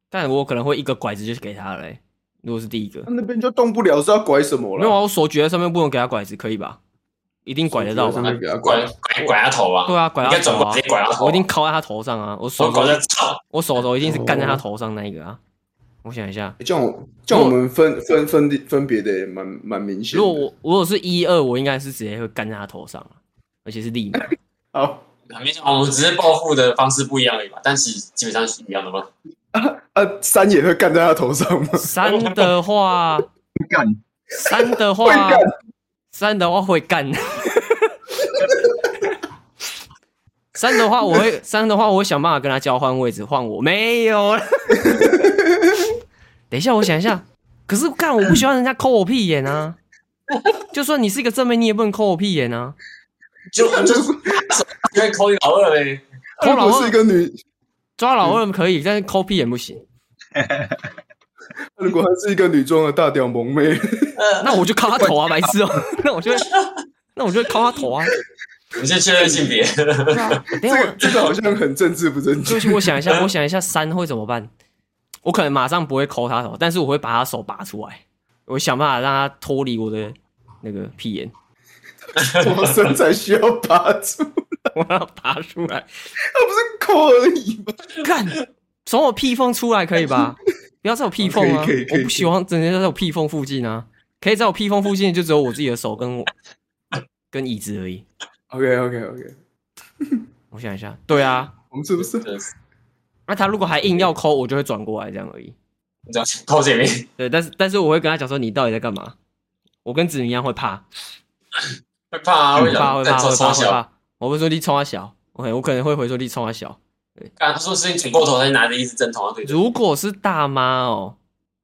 B: 但我可能会一个拐子就给他了、欸。如果是第一个
C: 他，那边就动不了，是要拐什么
B: 没有啊，
C: 了？
B: 我手举在上面不能给他拐子，可以吧？一定拐得到吧
C: 手举在上？面给他
A: 拐
C: 啊拐
A: 拐拐他头啊，
B: 对啊，拐
A: 应
B: 他
A: 该
B: 头
A: 转过
B: 啊
A: 直接拐他，头啊，
B: 我一定敲在他头上啊，我手
A: 我搞
B: 肘
A: 在操，
B: 我手肘一定是干在他头上那一个啊。我想一下，
C: 这样我这样我们分分分分别的也蛮蛮明显
B: 如
C: 的。
B: 果我如果是一二，我应该是直接会干在他头上啊而且是立马。
C: 好
A: 很明显，我们只是报复的方式不一样而已嘛，但是基本上是一样的嘛。
C: 啊，三也会干在他头上吗？
B: 三的话，
D: 干
B: 三的
C: 会
B: 话
C: 干，
B: 三的话会干。三的话，我会三的话，我会想办法跟他交换位置，换我没有了。等一下，我想一下。可是干，我不喜欢人家抠我屁眼啊！就算你是一个正妹，你也不能抠我屁眼啊！
A: 就就是因为抠你老二嘞，
B: 抠
C: 如
B: 老
C: 果是一
B: 二，
C: 个女，
B: 抓老二可以，但是抠屁眼不行。
C: 如果她是一个女装的大屌萌妹，
A: 呃，
B: 那我就敲他头啊，白痴哦、 那我就会那我就会敲他头啊。
A: 你先确认性别，
B: 对啊等一
C: 这
B: 下
C: 个
B: 我，
C: 这个好像很政治不正
B: 对
C: 确
B: 不。起，我想一
C: 哎
B: 下，我想一下三会怎么办？我可能马上不会抠他头，但是我会把他手拔出来，我想办法让他脱离我的那个屁眼，
C: 我身材需要拔出，
B: 我让他拔出来，
C: 它不是抠而已吗？
B: 干，从我屁缝出来可以吧？不要在我屁缝啊！
C: 哦可以可以可以
B: 我不喜欢整天在我屁缝附近啊！可以在我屁缝附近，就只有我自己的手跟我跟椅子而已。
C: OK OK OK，
B: 我想一下，对啊，
C: 我们是不是
A: 对
B: 那他如果还硬要抠，我就会转过来这样而已。
A: 你知道偷姐妹，
B: 对，但是但是我会跟他讲说，你到底在干嘛？我跟子明一样会怕，
A: 会怕啊，
B: 会
A: 会
B: 嗯怕
A: 想
B: 会怕
A: 但
B: 会
A: 从
B: 怕
A: 从
B: 会
A: 小，
B: 怕。我会说你冲他啊小，OK，我可能会回说你冲他啊小。
A: 干他说是你转过头，他就拿着一支针筒，对着，
B: 如果是大妈哦，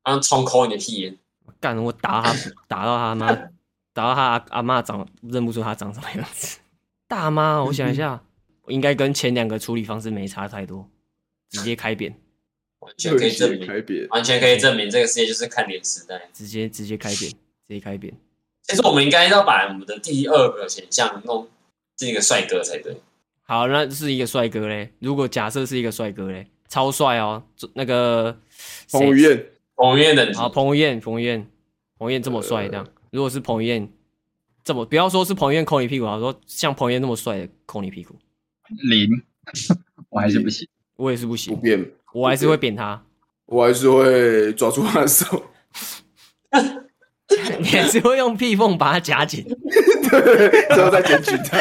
A: 然后冲抠你的屁眼，
B: 干我 打他打到他妈，打到他阿阿妈长认不出他长什么样子。大妈，哦我想一下，我应该跟前两个处理方式没差太多，直接开扁，
A: 完全可以证
C: 热血
A: 明，
C: 开扁？
A: 完全可以证明这个世界就是看脸时代。
B: 直接直接开扁，直接开扁。
A: 其实我们应该要把我们的第二个选项弄是一个帅哥才对。
B: 好，那是一个帅哥嘞。如果假设是一个帅哥嘞，超帅哦，这那个
C: 彭于，晏，
A: 彭于晏等级
B: 谁好，彭于晏，彭于晏，彭于晏这么
C: 呃
B: 帅，这样。如果是彭于晏，这么不要说是彭于晏抠你屁股，好说像彭于晏那么帅的抠你屁股，
D: 零，我还是不行。
B: 我也是不
C: 不
B: 行，
C: 变，
B: 我还是会扁他，
C: 我还是会抓住他的手。
B: 你还是会用屁缝把他夹紧。
C: 对，然后再检举 他，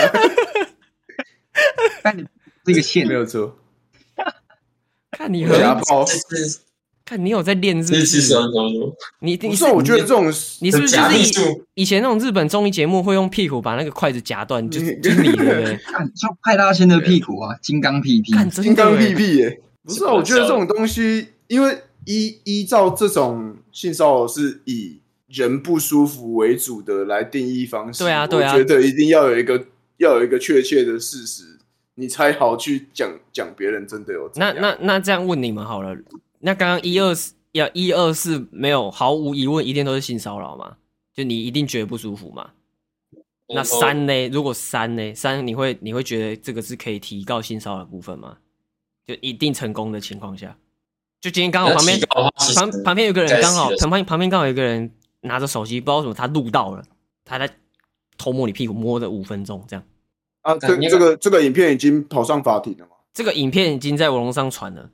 D: 但你这个线
C: 没有错。
B: 看你
C: 家
B: 很，
C: 暴，
A: 这是
B: 看你有在练是
A: 这
B: 不
A: 是什
B: 是？
A: 么什么？
B: 你一定
C: 不是，啊我觉得这种
B: 你是不是
A: 假
B: 就是
A: 艺
B: 以
A: 术？
B: 以前那种日本综艺节目会用屁股把那个筷子夹断，就就是你对不对？
D: 看就派大星的屁股啊，金刚屁屁，
B: 看真
C: 金
B: 的
C: 刚
B: 欸
C: 屁屁耶，不是啊？我觉得
A: 是
C: 这
A: 吧
C: 种东西，因为依依照这种性骚扰是以人不舒服为主的来定义方式。
B: 对啊对啊
C: 我觉得一定要有一个要有一个确切的事实，你才好去讲讲别人真的有怎
B: 那
C: 样。
B: 那那这样问你们好了，那刚刚一二四要一二四没有毫无疑问，一定都是性骚扰嘛？就你一定觉得不舒服嘛？那三呢？如果三呢？三你会你会觉得这个是可以提高性骚扰的部分吗？就一定成功的情况下，就今天刚好旁边
A: 那提高的话其实
B: 旁旁边有个人刚好
A: 该死的
B: 旁边旁边刚好有个人拿着手机，不知道为什么他录到了，他在偷摸你屁股摸了五分钟这样。
C: 啊，这
A: 那个
C: 这个这个影片已经跑上法庭了嘛？
B: 这个影片已经在网络上传了，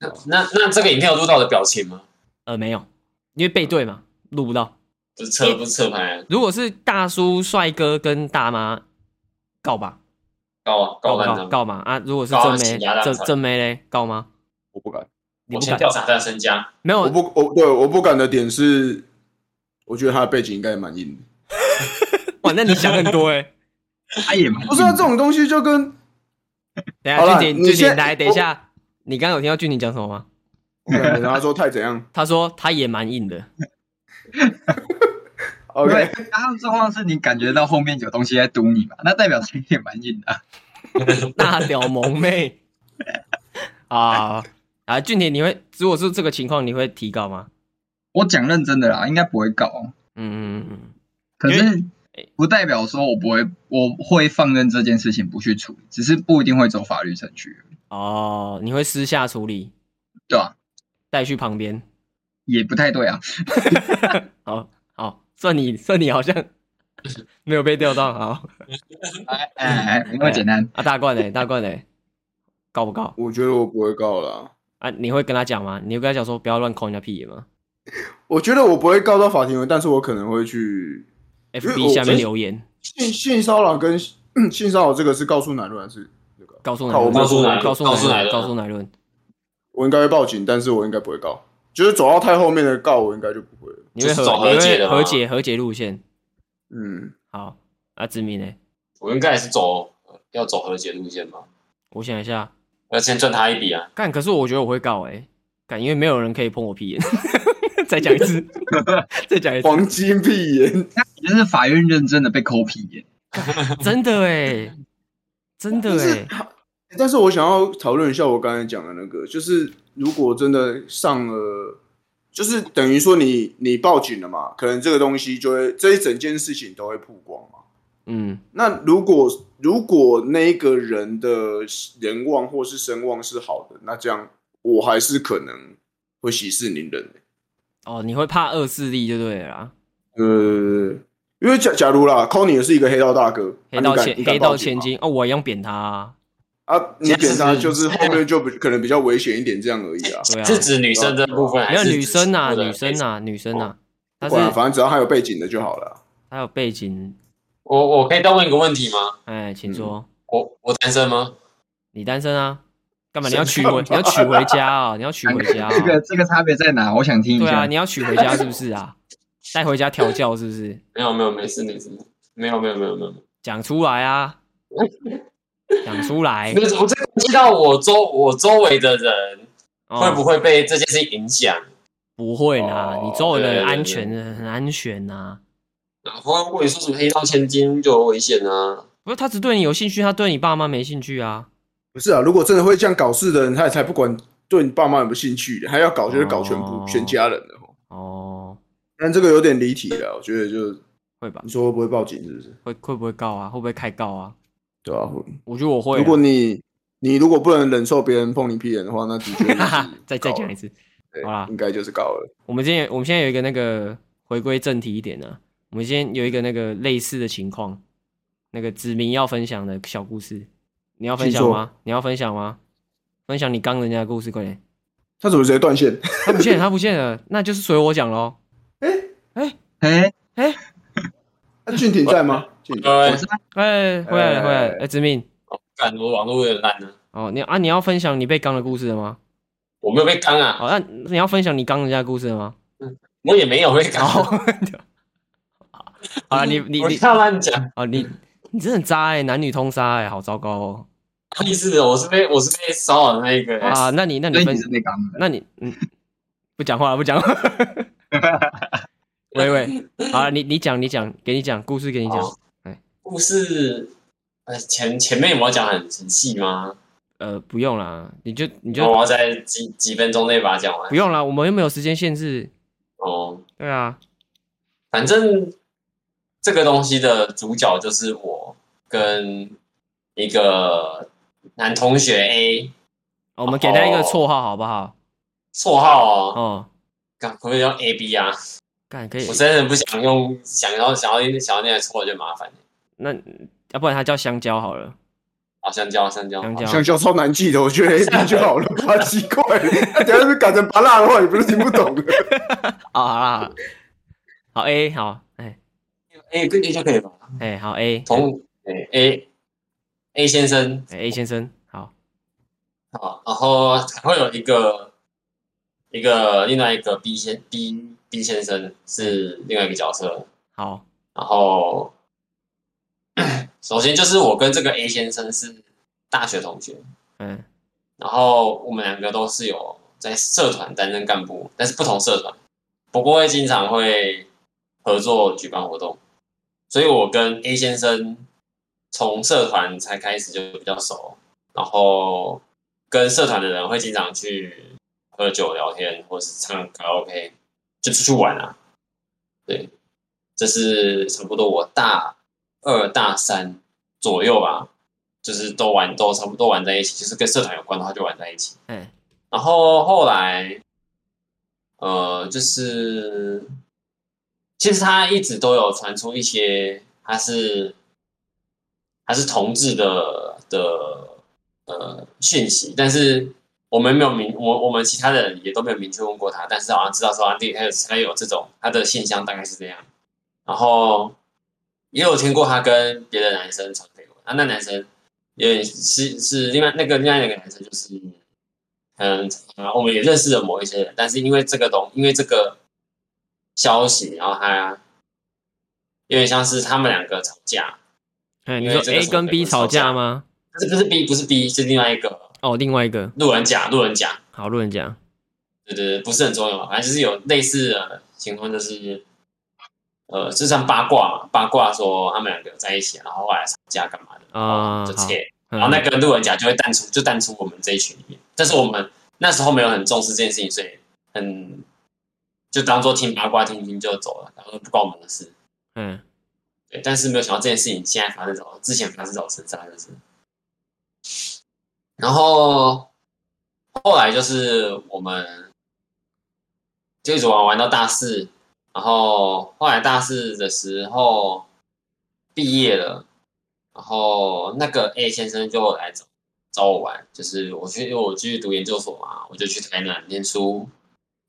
A: 那那那这个影片有录到我的表情吗？
B: 呃，没有，因为背对嘛，录不到。
A: 不是侧不是侧拍啊，
B: 如果是大叔、帅哥跟大妈，告吧，
A: 高啊高
B: 不
A: 干
B: 告
A: 他。
B: 告嘛啊！如果是
A: 告啊
B: 正妹
A: 请压，大
B: 正
A: 餐
B: 正妹嘞，告吗？
C: 我不敢，
B: 你
A: 我
B: 不
A: 先
B: 敢？
A: 调查他的身家，
B: 没
C: 我
B: 有，
C: 不我对我不敢的点是，我觉得他的背景应该蛮硬的。
B: 哇，那你想很多哎。
D: 他也蛮
C: 不是啊，这种东西就跟
B: 等一
C: 好
B: 下，
C: 啦
B: 俊
C: 你
B: 杰，俊杰，
C: 先
B: 来，
C: 我
B: 等一下，你刚刚有听到俊杰讲什么吗？
C: 我感觉他说太怎 样
B: 他说他也蛮硬的，
C: ？OK，
D: 对，他的状况是你感觉到后面有东西在堵你嘛，那代表他也蛮硬的啊、
B: 大屌萌妹啊啊！俊杰，你会如果是这个情况，你会提告吗？
D: 我讲认真的啦，应该不会搞，
B: 嗯嗯嗯，
D: 可
B: 因
D: 是不代表说我不会，我会放任这件事情不去处理，只是不一定会走法律程序而已，
B: 哦，你会私下处理，
D: 对吧、
B: 带去旁边。
D: 也不太对啊，
B: 好好，算你算你好像没有被钓到，好。
D: 哎哎，哎没那么简单，
B: 啊，大冠嘞，大冠嘞，告不告
C: 我觉得我不会告啦。
B: 啊？你会跟他讲吗？你会跟他讲说不要乱抠人家屁眼吗
C: 我觉得我不会告到法庭的，但是我可能会去因为
B: ？FB
C: 我
B: 下面留言
C: 性性骚扰跟性嗯骚扰这个是告诉乃论还是那个？
B: 告诉
C: 靠
B: 奶
C: 我
B: 论，
C: 告
A: 诉奶
B: 告诉
A: 告诉
B: 奶
A: 奶
B: 论，
A: 论
B: 告诉奶论。
C: 我应该会报警，但是我应该不会告。就是走到太后面的告，我应该就不会了。
B: 你会
A: 就是走
B: 和你
A: 和解
B: 会
A: 的
B: 和
A: 嘛
B: 解和解路线。
C: 嗯，
B: 好，啊，志明嘞，
A: 我应该也是走呃要走和解路线吧，
B: 我想一下，
A: 要先赚他一笔啊。
B: 干，可是我觉得我会告哎、干，因为没有人可以碰我屁眼。 再讲一次， 再讲一次，
C: 黄金屁眼，
D: 你就是法院认真的被抠屁眼，
B: 欸真的哎、真的哎、
C: 但是我想要讨论一下我刚才讲的那个，就是如果真的上了，就是等于说你你报警了嘛，可能这个东西就会这一整件事情都会曝光嘛。
B: 嗯，
C: 那如果如果那一个人的人望或是声望是好的，那这样我还是可能会息事宁人、欸
B: 哦，你会怕恶势力就对了啦，
C: 呃，因为假假如啦 c o n y 也是一个黑道大哥，
B: 黑道
C: 啊你敢
B: 千
C: 你敢
B: 黑道
C: 报警
B: 千
C: 吗
B: 金哦，我一样扁他啊，
C: 啊，你点他
A: 现在是
C: 就是后面就比可能比较危险一点这样而已啊。
B: 对啊，
A: 是指女生这部分，
B: 没
A: 还
B: 有
A: 是
B: 女生
A: 啊
B: 呐，，女生呐，女生呐，她
C: 不
B: 是
C: 管啊，反正只要他有背景的就好了。
B: 她有背景，
A: 我我可以再问一个问题吗？
B: 哎，请
C: 嗯
B: 说，
A: 我我单身吗？
B: 你单身啊？干嘛？你
C: 谁
B: 要娶回？你要娶回家啊？你要娶回家啊？
D: 这个这个差别在哪？我想听一
B: 对啊，
D: 下
B: 你。要娶回家是不是啊？带回家调教是不是？
A: 没有没有没事没事，没有没有没有没有。
B: 讲出来啊，讲 出来
A: 没，有，我这关系到我周我周围的人
B: 哦
A: 会不会被这件事情影响？
B: 不会啦
C: 哦？
B: 你周围的
A: 对
B: 人
A: 对对
B: 安全，很安全呐。
A: 然后如果你说什么黑道千金就有危险啊，
B: 不是，他只对你有兴趣，他对你爸妈没兴趣啊。
C: 不是啊，如果真的会这样搞事的人，他也才不管对你爸妈有没有兴趣的，他要搞就是搞全部、
B: 哦
C: 全家人的哦。
B: 哦，
C: 但这个有点离题了，我觉得就
B: 会吧
C: 你？说会不会报警是不是？
B: 会会不会告啊？会不会开告啊？
C: 对啊，
B: 我觉得我会啊。
C: 如果你你如果不能忍受别人碰你屁眼的话，那 的确就
B: 哈哈
C: 是
B: 再再讲一
C: 次，
B: 次，
C: 对
B: 好啦
C: 应该就是高了。
B: 我们今天我们现在有一个那个回归正题一点呢、啊，我们今天有一个那个类似的情况，那个子明要分享的小故事，你要分享吗？你要分享吗？分享你刚人家的故事，快点！
C: 他怎么直接断线？
B: 他不见了，他 不见了，那就是随我讲喽。
D: 哎，
C: 那俊廷 在吗？俊廷，
A: 呃
D: 我，是
B: 哎、回来了，
C: 哎
B: 回来了！哎、子明，
A: 感我网络有点烂呢，
B: 哦，你啊，你要分享你被刚的故事了吗？
A: 我没有被刚啊，
B: 哦，那你要分享你刚人家的故事了吗？
A: 我也没有被刚。
B: 好， 好啊了，你你
A: 我
B: 你，
A: 瞎乱讲，
B: 哦，你你真的很渣哎、男女通杀哎、好糟糕哦！
A: 意思我是被我是被骚扰的那一个欸
B: 啊，那你那
D: 所
B: 你
D: 以
B: 分
D: 你是被刚的。
B: 那你嗯，不讲话了，不讲话。喂喂，好了，啊你你讲，你讲，给你讲故事，给你讲。
A: 好
B: 哎
A: 故事，呃，前前面我要讲很很细吗？
B: 呃，不用啦，你就你
A: 然后我
B: 就
A: 要在几几分钟内把它讲完
B: 不。用啦，我们又没有时间限制。
A: 哦，
B: 对啊，
A: 反正这个东西的主角就是我跟一个男同学 A，
B: 我们给他一个
A: 哦
B: 绰号好不好？
A: 绰号哦，
B: 哦，
A: 干可不可以叫 A B 啊？
B: 干可以
A: 我。真的不想用，想要想要想要那个绰号就麻烦。
B: 那要不然他叫香蕉好了，
A: 好，香蕉，香蕉，
B: 香
A: 好
B: 蕉。
C: 香蕉超难记的，我觉得 A B 就好了 吧，奇怪，他等下是改成巴拉的话，你不是听不 懂的。
B: 哦，好啦，好啦好 A 好，哎
A: 哎，跟 A 就可以吧？
B: 哎好 A
A: 同哎 A A 先生，
B: 哎 A 先生好，
A: 好，然后还会有一个一个另外一个 B 先 B B 先生是另外一个角色，
B: 好
A: 然后 首先就是我跟这个 A 先生是大学同学，
B: 嗯
A: 然后我们两个都是有在社团担任干部，但是不同社团，不过会经常会合作举办活动，所以我跟 A 先生从社团才开始就比较熟，然后跟社团的人会经常去喝酒聊天，或是唱卡拉 OK，就出去玩啊。对，这是差不多我大二大三左右吧，就是都玩都差不多玩在一起，就是跟社团有关的话就玩在一起。
B: 哎
A: 然后后来，呃，就是其实他一直都有传出一些他是他是同志的的呃讯息，但是我们没有明我我们其他的人也都没有明确问过他，但是好像知道说安迪他有他有这种他的现象大概是这样，然后也有听过他跟别的男生传绯闻，啊，那男生有点是是另外那个另外一个男生就是。嗯，啊，我们也认识了某一些人，但是因为这个东，因为这个消息，然后他有点像是他们两个吵架，
B: 哎，你
A: 因为
B: 说
A: 这个
B: A
A: 时候
B: 跟
A: 可
B: B
A: 能
B: 吵
A: 吵
B: 架
A: 架
B: 吗？
A: 不是不是 B，不是 B，是另外一个
B: 哦，另外一个
A: 路人甲，路人甲，
B: 好路人讲，
A: 对对对，不是很重要，反正就是有类似的情况，就是呃，就像八卦嘛，八卦说他们两个有在一起，然后后来吵架干嘛的，
B: 啊
A: 就
B: 好
A: 哦切，
B: 嗯
A: 然后那个路人甲就会淡出，就淡出我们这一群里面。但是我们那时候没有很重视这件事情，所以很就当做听八卦听听就走了，然后不关我们的事。
B: 嗯，
A: 对，但是没有想到这件事情现在发生在我之前发生在我身上，就是，然后后来就是我们就一直玩玩到大四，然后后来大四的时候毕业了，然后那个 A 先生就来找找我玩，就是我去因为我继续读研究所嘛，我就去台南念书，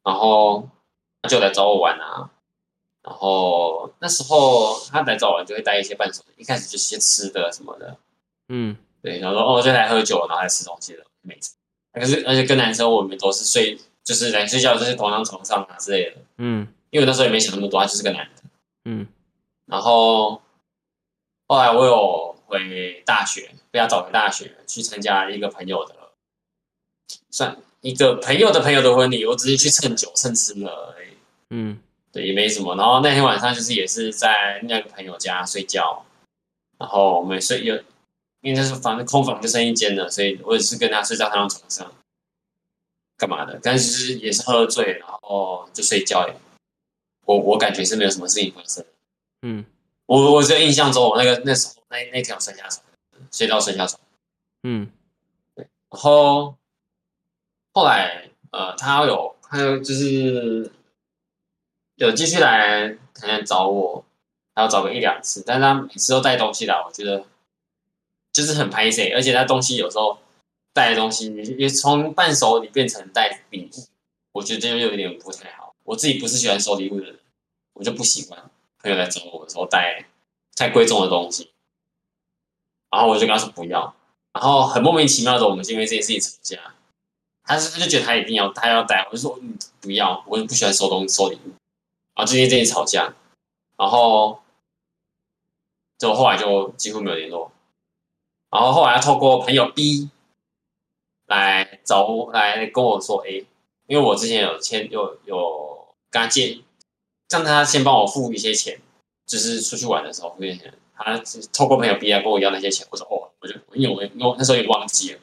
A: 然后他就来找我玩啊，然后那时候他来找我就会带一些伴手礼，一开始就些吃的什么的，
B: 嗯，
A: 对，然后说哦就来喝酒，然后来吃东西的，每次，可是而且跟男生我们都是睡，就是来睡觉就是同张床上啊之类的，
B: 嗯，
A: 因为我那时候也没想那么多，他就是个男的。
B: 嗯，
A: 然后后来我有回大学，被他找回大学去参加一个朋友的，算一个朋友的朋友的婚礼，我只是去蹭酒蹭吃了而已。
B: 嗯，
A: 对，也没什么。然后那天晚上就是也是在那个朋友家睡觉，然后我们睡有，因为那是房空房就剩一间了，所以我也是跟他睡在他张床上，干嘛的？但是就是也是喝醉，然后就睡觉耶。我我感觉是没有什么事情发生。
B: 嗯，
A: 我我只有印象中我那个那时候那那条摔下床，睡到摔下床。
B: 嗯，
A: 然后后来呃，他有他有就是有继续来台南找我，还要找个一两次，但是他每次都带东西来，我觉得就是很拍谁，而且他东西有时候带的东西也从伴手礼变成带礼物，我觉得就有点不太好。我自己不是喜欢收礼物的人，我就不喜欢朋友来找我的时候带太贵重的东西，然后我就跟他说不要。然后很莫名其妙的，我们就因为这件事情吵架。他是他就觉得他一定要他要带，我就说嗯不要，我就不喜欢收东西收礼物。然后就因为这件事吵架，然后就后来就几乎没有联络。然后后来透过朋友 B 来找我来跟我说，哎，因为我之前有签有有跟他借，让他先帮我付一些钱，就是出去玩的时候付一些钱。他是透过朋友 B 来跟我要那些钱，我说哦，我就因为我因为我那时候也忘记了，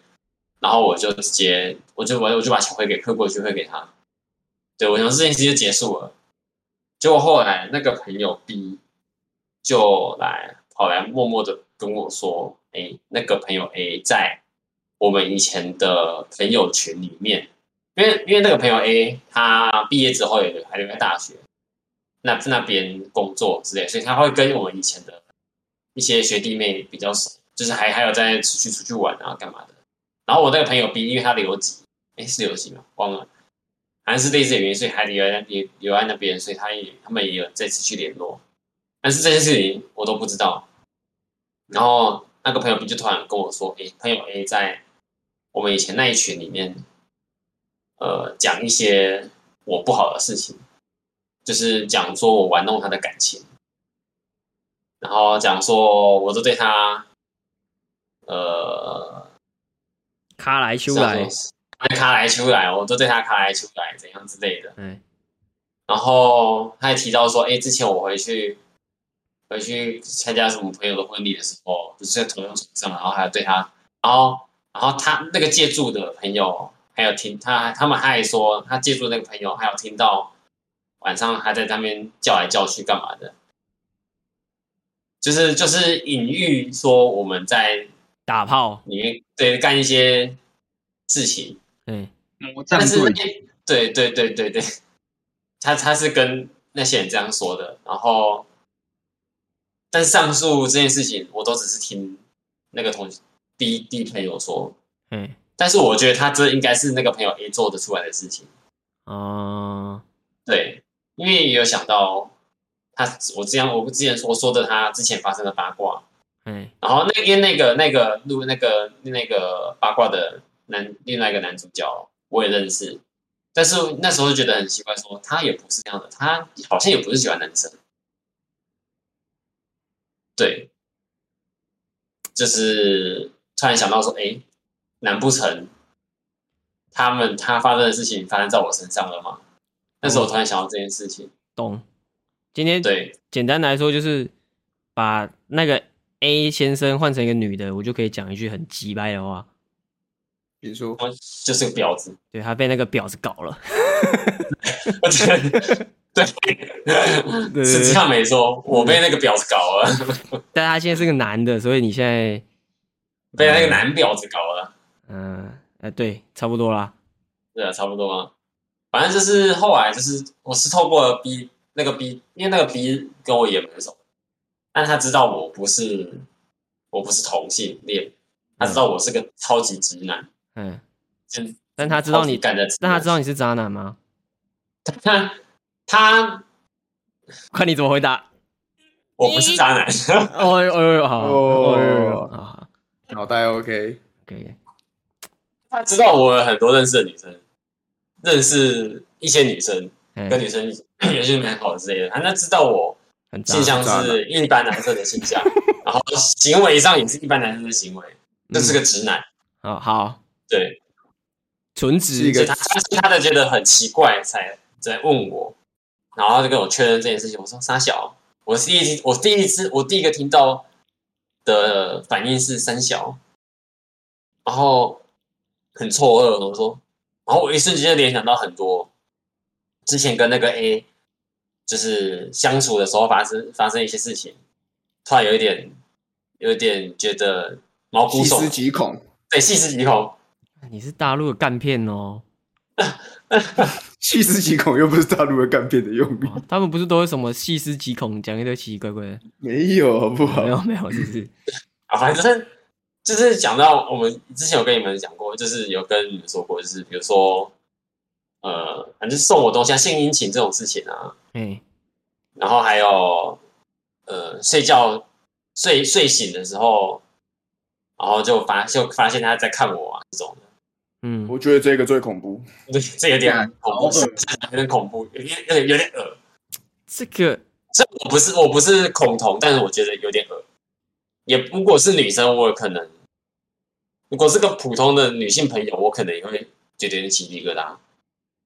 A: 然后我就直接我就我就我就把钱汇给汇过去汇给他，对我想这件事就结束了。结果后来那个朋友 B 就来跑来默默的跟我说，哎、那个朋友 A 在我们以前的朋友群里面，因为因为那个朋友 A 他毕业之后也留还留在大学，那那边工作之类，所以他会跟我们以前的一些学弟妹比较熟，就是还还有在出去出去玩啊干嘛的。然后我那个朋友 B，因为他留级，哎是留级吗？忘了，好像是类似的原因，所以还留在那边留在那边，所以他也他们也有再次去联络。但是这件事情我都不知道。然后那个朋友 B 就突然跟我说：“哎，朋友 A 在我们以前那一群里面，呃，讲一些我不好的事情，就是讲说我玩弄他的感情。”然后讲说我都对他，呃，
B: 卡来
A: 啊
B: 修来，
A: 卡来出来，我都对他卡来出来怎样之类的。
B: 哎，
A: 然后他也提到说，哎，之前我回去回去参加什么朋友的婚礼的时候，就是在同样床上，然后还有对他，然后然后他那个借住的朋友，还有听他他们还说，他借住那个朋友还有听到晚上还在那边叫来叫去干嘛的，就是就是隐喻说我们在
B: 打炮，
A: 里面对干一些事情，
B: 哎，
D: 魔杖
A: 但是
D: 棍，
A: 对对对对对，他他是跟那些人这样说的，然后，但上述这件事情我都只是听那个同第一第一朋友说，
B: 哎，
A: 但是我觉得他这应该是那个朋友 A 做得出来的事情，
B: 哦，
A: 对，因为也有想到他我之前我之前说说的他之前发生的八卦，
B: 哎，
A: 然后那因为那个那个录那个那个八卦的男另外一个男主角我也认识，但是那时候就觉得很奇怪说，他也不是这样的，他好像也不是喜欢男生，对，就是突然想到说，哎，难不成他们他发生的事情发生在我身上了吗？那时候我突然想到这件事情，
B: 懂。今天
A: 对
B: 简单来说，就是把那个 A 先生换成一个女的，我就可以讲一句很鸡掰的话，
C: 比如说，
A: 我就是个婊子，
B: 对他被那个婊子搞了。
A: 我觉得对，
B: 对
A: 是这样没错，我被那个婊子搞了，
B: 但他现在是个男的，所以你现在，
A: 被那个男婊子搞了。
B: 嗯、呃，对，差不多啦。
A: 对啊，差不多啊。反正就是后来就是我是透过 B 那个 B，因为那个 B 跟我也蛮熟的，但他知道我不是我不是同性恋，他知道我是个超级直男，
B: 嗯，
A: 就是
B: 但他知道
A: 超级
B: 你，
A: 干的直
B: 但
A: 男，
B: 他知道你是渣男吗？
A: 他他
B: 看你怎么回答。
A: 我不是渣男，
B: 哦哎呦哎呦，好，哦
C: 哦
B: 哎呦，好好
C: 脑袋 OK，
B: ，OK，
A: 他知道我有很多认识的女生，认识一些女生
B: 哎
A: 跟女生 也是蛮好之类的，他那知道我
B: 很渣
A: 性向
C: 渣
A: 是一般男生的性向，然后行为上也是一般男生的行为，就是个直男。
B: 嗯好好，
A: 对，
B: 纯
C: 是
B: 直
C: 一
A: 所以
C: 个
A: 他他他的觉得很奇怪，才在问我，然后他就跟我确认这件事情。我说沙小，我是第一我第一次我第一个听到的反应是三小，然后很错愕，我说，然后我一瞬间就联想到很多之前跟那个 A 就是相处的时候发生发生一些事情，突然有一点有一点觉得毛骨
C: 细
A: 悚
C: 思
A: 然，
C: 极恐，
A: 对，细思极恐。
B: 你是大陆的干片 哦，
C: 细思极恐又不是大陆的干片的用语，
B: 哇他们不是都有什么细思极恐，讲一堆奇奇怪怪的？
C: 没有好不
A: 哦
C: 好
B: 没？有没有， 就是
A: 啊，反正就是讲到我们之前有跟你们讲过，就是有跟你们说过，就是比如说，呃，反正送我东西啊，献殷勤这种事情啊，
B: 哎，
A: 然后还有呃，睡觉睡睡醒的时候，然后就发就发现他在看我啊，这 种的，
B: 嗯，
C: 我觉得这个最恐怖，
A: 对，这有点恐怖，
D: 啊好恶
A: 有点恐怖，有点有点有点恶。
B: 这个
A: 这我不是我不是恐同，但是我觉得有点恶。也如果是女生，我有可能；如果是个普通的女性朋友，我可能也会觉得有点起鸡皮疙瘩。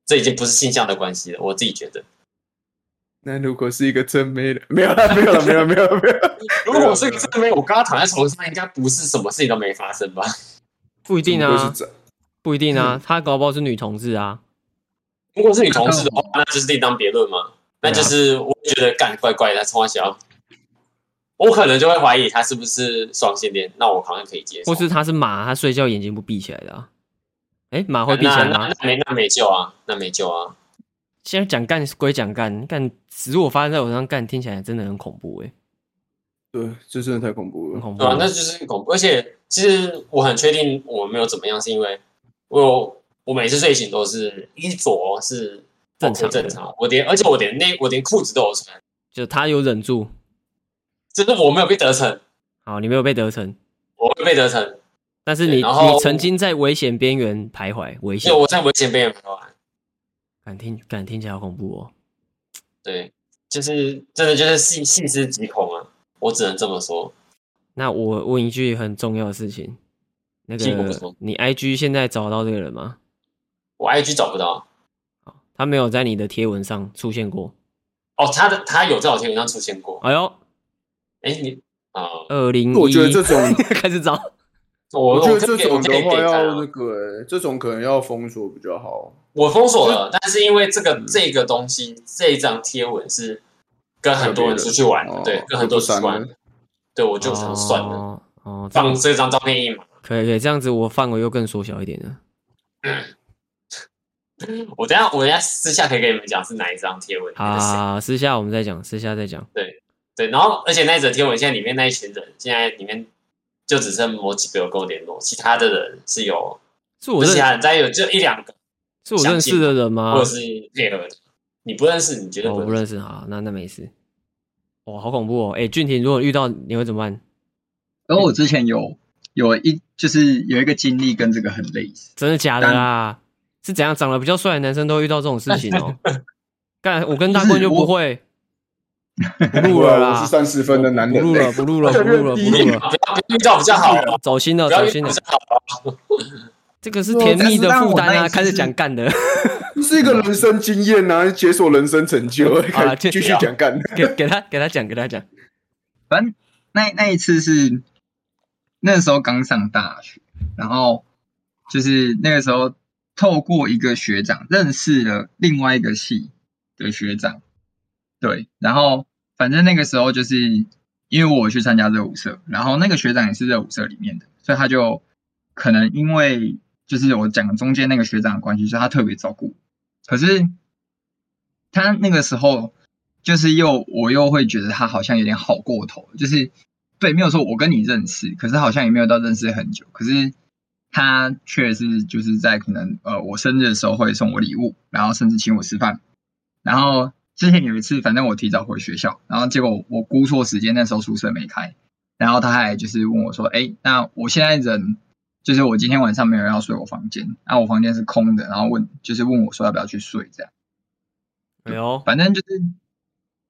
A: 这已经不是性向的关系了，我自己觉得。
C: 那如果是一个真没的， 没有了，没有了，没有了，没有了，没有 了。
A: 如果是个真妹，我刚刚躺在床上，应该不是什么事情都没发生吧？
B: 不一定
C: 如果
B: 啊
C: 是，真
B: 不一定啊，他搞不好是女同志啊，
A: 如果是女同事的话，那就是另当别论嘛。那就是我觉得干怪怪的，冲他小，我可能就会怀疑他是不是双性恋，那我好像可以接受。
B: 或是他是马，他睡觉眼睛不闭起来的啊。哎，马会闭起
A: 那
B: 来
A: 那
B: 吗？
A: 那没那没救啊，那没救啊。
B: 现在讲干归讲干，干如果发生在我身上干，听起来真的很恐怖哎，
C: 对，这真的太恐怖
B: 很
C: 了。
B: 恐怖
A: 对。啊，那就是恐怖。而且其实我很确定我没有怎么样，是因为我有我每次睡醒都是衣着是
B: 正常的
A: 正常，我连而且我连内我连裤子都有穿，
B: 就他有忍住，
A: 就是我没有被得逞，
B: 好，你没有被得逞，
A: 我会被得逞，
B: 但是你
A: 对然后
B: 你曾经在危险边缘徘徊，危险
A: 因为。我在危险边缘徘徊。
B: 敢听敢听起来好恐怖哦。
A: 对，就是真的就是细细思极恐啊，我只能这么说。
B: 那我问一句很重要的事情，那
A: 请我说
B: 个你 IG 现在找到这个人吗？
A: 我 IG 找不到
B: 他没有在你的贴文上出现过。
A: 哦，他的他有在我贴文上出现过。
B: 哎呦，
A: 哎，你啊，
B: 二零
C: 我觉得这种
B: 开始找，
A: 我
C: 我觉得
A: 可
C: 这
A: 以
C: 种
A: 我可
C: 的
A: 以
C: 话
A: 点赞
C: 要
A: 啊
C: 那个、欸，这种可能要封锁比较好。
A: 我封锁了，但是因为这个这个东西，这一张贴文是跟很多人出去玩的
C: 哦，
A: 啊对，跟很多人出去玩
C: 就不
A: 的，对我就想算了，
B: 哦哦，这
A: 放
B: 样
A: 这张照片一码。
B: 可以可以，这样子我范围又更缩小一点了。
A: 我等一下我等一下私下可以跟你们讲是哪一张贴文，
B: 好好，
A: 是谁
B: 好好私下我们再讲，私下再讲。
A: 对，然后而且那一则贴文现在里面那一群人，现在里面就只剩某几个有跟我联络，其他的人是有，
B: 是
A: 就
B: 我
A: 是其
B: 认
A: 他人再有就一两个，
B: 是我认识的人吗？
A: 或者是配合的，你不认识，你绝对
B: 哦我
A: 不
B: 不
A: 认识。
B: 认识，好，那那没事。哇，好恐怖哦！哎，俊廷，如果遇到你会怎么办？
D: 然后我之前有有一就是有一个经历跟这个很类似，
B: 真的假的
D: 但
B: 啦？是怎样长得比较帅的男生都会遇到这种事情 哦？干，我跟
D: 不
B: 大
D: 是
B: 棍就
D: 我
B: 不会，不
C: 不
B: 录了
C: 然我是
B: 啦，
C: 三十分的男
B: 不
C: 人、
B: 录了，
C: 欸。
B: 不录了，
C: 我
B: 不
C: 想
B: 录了，
C: 认
B: 不
C: 低
B: 录
A: 不
B: 了，
C: 你
A: 要遇到比较 好哦，
B: 走心的，
A: 不要
B: 走
A: 遇
B: 啊心
A: 到
B: 的
A: 比，较好哦。
B: 这个是甜蜜的负担啊！
D: 但是让我那一次是
B: 开始讲干的，
C: 这是一个人生经验啊，解锁人生成就、欸。
B: 好啦
C: 看
B: 这
C: 继续讲干。
B: 给给他给他讲，给他讲，
D: 反正那那一次是那时候刚上大学，然后就是那个时候透过一个学长认识了另外一个系的学长，对，然后反正那个时候就是因为我去参加热舞社，然后那个学长也是热舞社里面的，所以他就可能因为就是我讲中间那个学长的关系，所以他特别照顾我。可是他那个时候就是又我又会觉得他好像有点好过头，就是对，没有说我跟你认识，可是好像也没有到认识很久，可是他却是就是在可能呃我生日的时候会送我礼物，然后甚至请我吃饭，然后之前有一次，反正我提早回学校，然后结果我估错时间，那时候宿舍没开，然后他还就是问我说，哎，那我现在人。就是我今天晚上没有人要睡我房间，那、我房间是空的，然后问就是问我说要不要去睡这样。
B: 哎呦，
D: 反正就是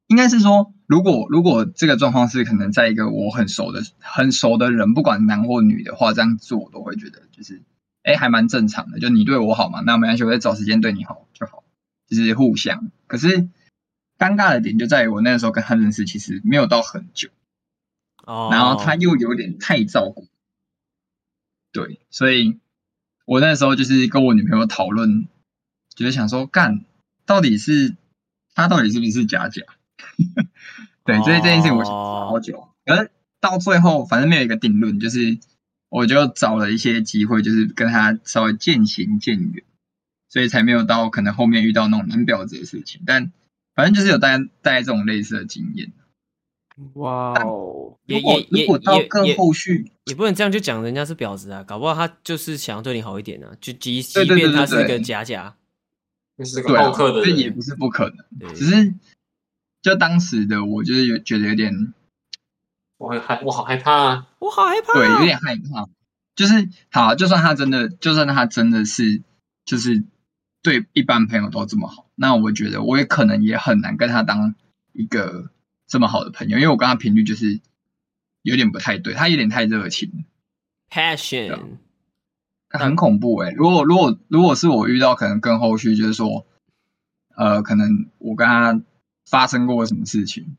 D: 应该是说，如果如果这个状况是可能在一个我很熟的很熟的人，不管男或女的话，这样做我都会觉得就是，哎，还蛮正常的。就你对我好嘛，那没关系，我再找时间对你好就好，就是互相。可是尴尬的点就在于我那个时候跟他认识其实没有到很久，
B: 哦，
D: 然后他又有点太照顾，对，所以我那时候就是跟我女朋友讨论，就是想说，干到底是他到底是不是假 假？对，所以这件事情我想
B: 哦
D: 了好久，可是到最后反正没有一个定论，就是我就找了一些机会，就是跟他稍微渐行渐远，所以才没有到可能后面遇到那种男婊子的事情，但反正就是有带带这种类似的经验。
C: 哇哦，
B: 也
D: 如果
B: 也也
D: 如果到
B: 也
D: 更
B: 也
D: 后续，
B: 也不能这样就讲人家是婊子啊，搞不好他就是想要对你好一点啊，就即即
D: 对对对
B: 便
D: 对
B: 他是
D: 对
B: 个假假，
A: 就是个
D: 对啊，
A: 好客的
D: 这也
A: 人，嗯
D: 不是不可能。
B: 对，
D: 只是就当时的我就是有觉得有点
A: 我很害，我好害怕啊！
B: 我好害怕
D: 对，有
B: 啊，
D: 点害怕。就是好，啊就算他真的，就算他真的是，就是对一般朋友都这么好，那我觉得我也可能也很难跟他当一个这么好的朋友，因为我跟他频率就是有点不太对，他有点太热情了。对
B: passion，
D: 很恐怖哎、如果如果如果是我遇到，可能更后续就是说，呃，可能我跟他发生过什么事情，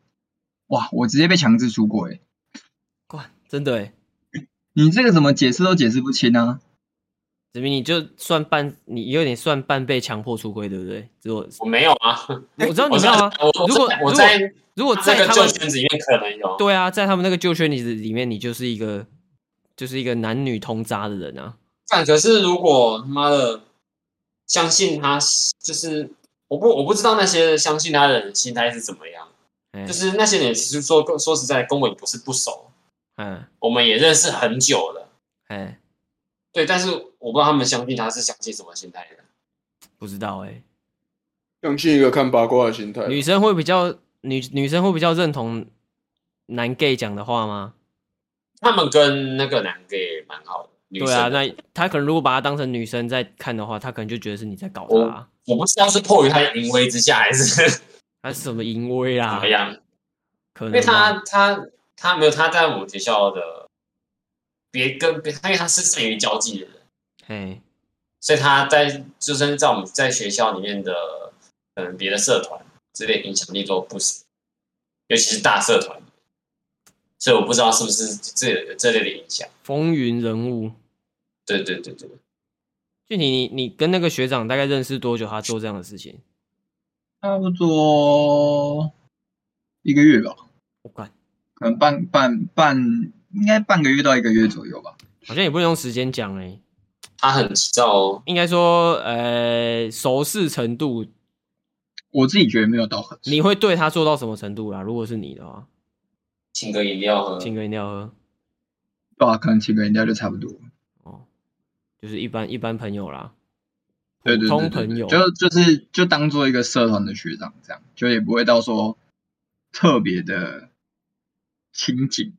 D: 哇，我直接被强制出轨、欸，
B: 哇，真的哎，
D: 你这个怎么解释都解释不清啊！
B: 子明你就算半，你有点算半被强迫出轨，对不对？如果
A: 我没有啊，
B: 我知道你
A: 我
B: 知
A: 在
B: 道吗？
A: 我我
B: 如果
A: 在我在
B: 如果
A: 这
B: 在
A: 个
B: 他
A: 旧
B: 们
A: 圈子里面可能有，
B: 对啊，在他们那个旧圈里里面，你就是一个就是一个男女通渣的人啊，
A: 但可是如果他妈的相信他，就是我不我不知道那些相信他的人心态是怎么样。
B: 哎
A: 就是那些人，其实说说实在，跟我也不是不熟，
B: 嗯
A: 我们也认识很久了。
B: 哎，
A: 对，但是我不知道他们相信他是相信什么心态的。
B: 不知道哎、
C: 相信一个看八卦的心态。
B: 女生会比较女女生会比较认同男 gay 讲的话吗？
A: 他们跟那个男的也蛮好的，女生
B: 对啊，那他可能如果把她当成女生在看的话，他可能就觉得是你在搞
A: 我
B: 他啊，
A: 我不知道是迫于他的淫威之下，还是怎
B: 他是什么淫威啊
A: 么？样，
B: 可能
A: 哎因为
B: 吧
A: 他他他没有他在我们学校的别跟别，因为他是善于交际的人，
B: 嘿，
A: 所以他在就算是在我们在学校里面的可能别的社团之类影响力都不小，尤其是大社团，所以我不知道是不是这这类的影响。
B: 风云人物。
A: 对对对对，
B: 具体你你跟那个学长大概认识多久？他做这样的事情？
D: 差不多一个月吧，
B: 我看
D: 可能半半半，应该半个月到一个月左右吧。
B: 好像也不能用时间讲哎，
A: 他很急躁哦，
B: 应该说呃熟视程度，
D: 我自己觉得没有到很熟，
B: 你会对他做到什么程度啦？如果是你的话，
A: 请个饮料喝，
B: 请个饮料喝
D: 对啊，可能请个人家就差不多。
B: 哦，就是一般一般朋友啦，
D: 对对
B: 普通
D: 对对
B: 朋
D: 对，
B: 友
D: 就就是就当做一个社团的学长这样，就也不会到说特别的亲近。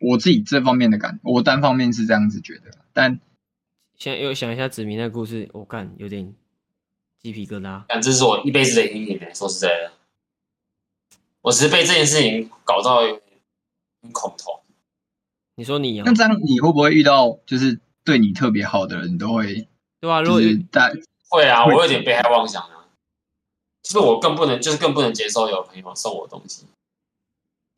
D: 我自己这方面的感，我单方面是这样子觉得，
B: 嗯
D: 但
B: 现在又想一下子明那个故事，我、干有点鸡皮疙瘩。
A: 但这是我一辈子的阴影、欸。说实在的，我只是被这件事情搞到有点很恐同。
B: 你说你啊
D: 那，这样你会不会遇到就是对你特别好的人，都会
B: 对啊，如
D: 就
B: 果有
D: 是大
A: 会啊，
D: 会
A: 我有点被害妄想啊。就是我更不能，就是更不能接受有朋友送我东西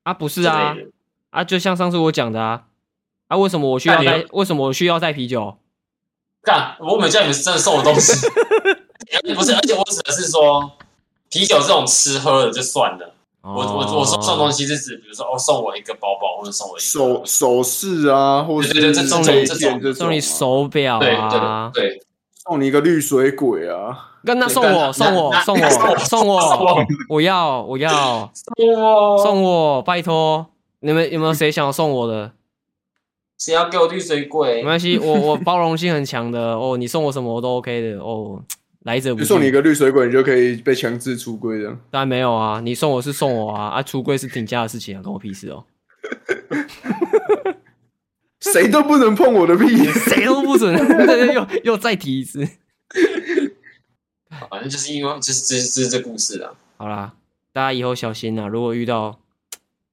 B: 啊不是
A: 之类
B: 啊，
A: 的。
B: 啊，就像上次我讲的啊，啊，为什么我需要
A: 那
B: 带
A: 你？
B: 为什么我需要带啤酒？
A: 干，我没有叫你们真的送我东西， 不是，而且我指的是说，啤酒这种吃喝的就算了。
B: 我
A: 我我我说送东
B: 西，
A: 西是指，比如说哦，送我一个包包，或者送我一个
C: 首首饰啊，或是
A: 对对对这
C: 送
A: 种
C: 你一
A: 这种
C: 件这种
B: 送你
C: 啊
B: 手表
A: 对
B: 啊，
A: 对对，
C: 送你一个绿水鬼啊，
B: 跟那
A: 对
B: 送
A: 干
B: 我
A: 那
B: 送我
A: 那
B: 送
A: 那
B: 我 送
A: 送
B: 我
A: 我，
B: 我要我要
A: 哇，
B: 送我，拜托，你们有没有谁想要送我的？
A: 谁要给我绿水
B: 没
A: 鬼？
B: 关系，我我包容性很强的哦，你送我什么我都 OK 的哦，来者不
C: 就
B: 拒。
C: 送你一个绿水鬼，你就可以被强制出柜这样。
B: 当然没有啊，你送我是送我啊，啊，出柜是挺家的事情啊，关我屁事哦，
C: 谁都不能碰我的屁。
B: 谁都不准， 对对，又又再提一次。
A: 反正就是因为就是这这这故事啊。
B: 好啦，大家以后小心啦，啊如果遇到，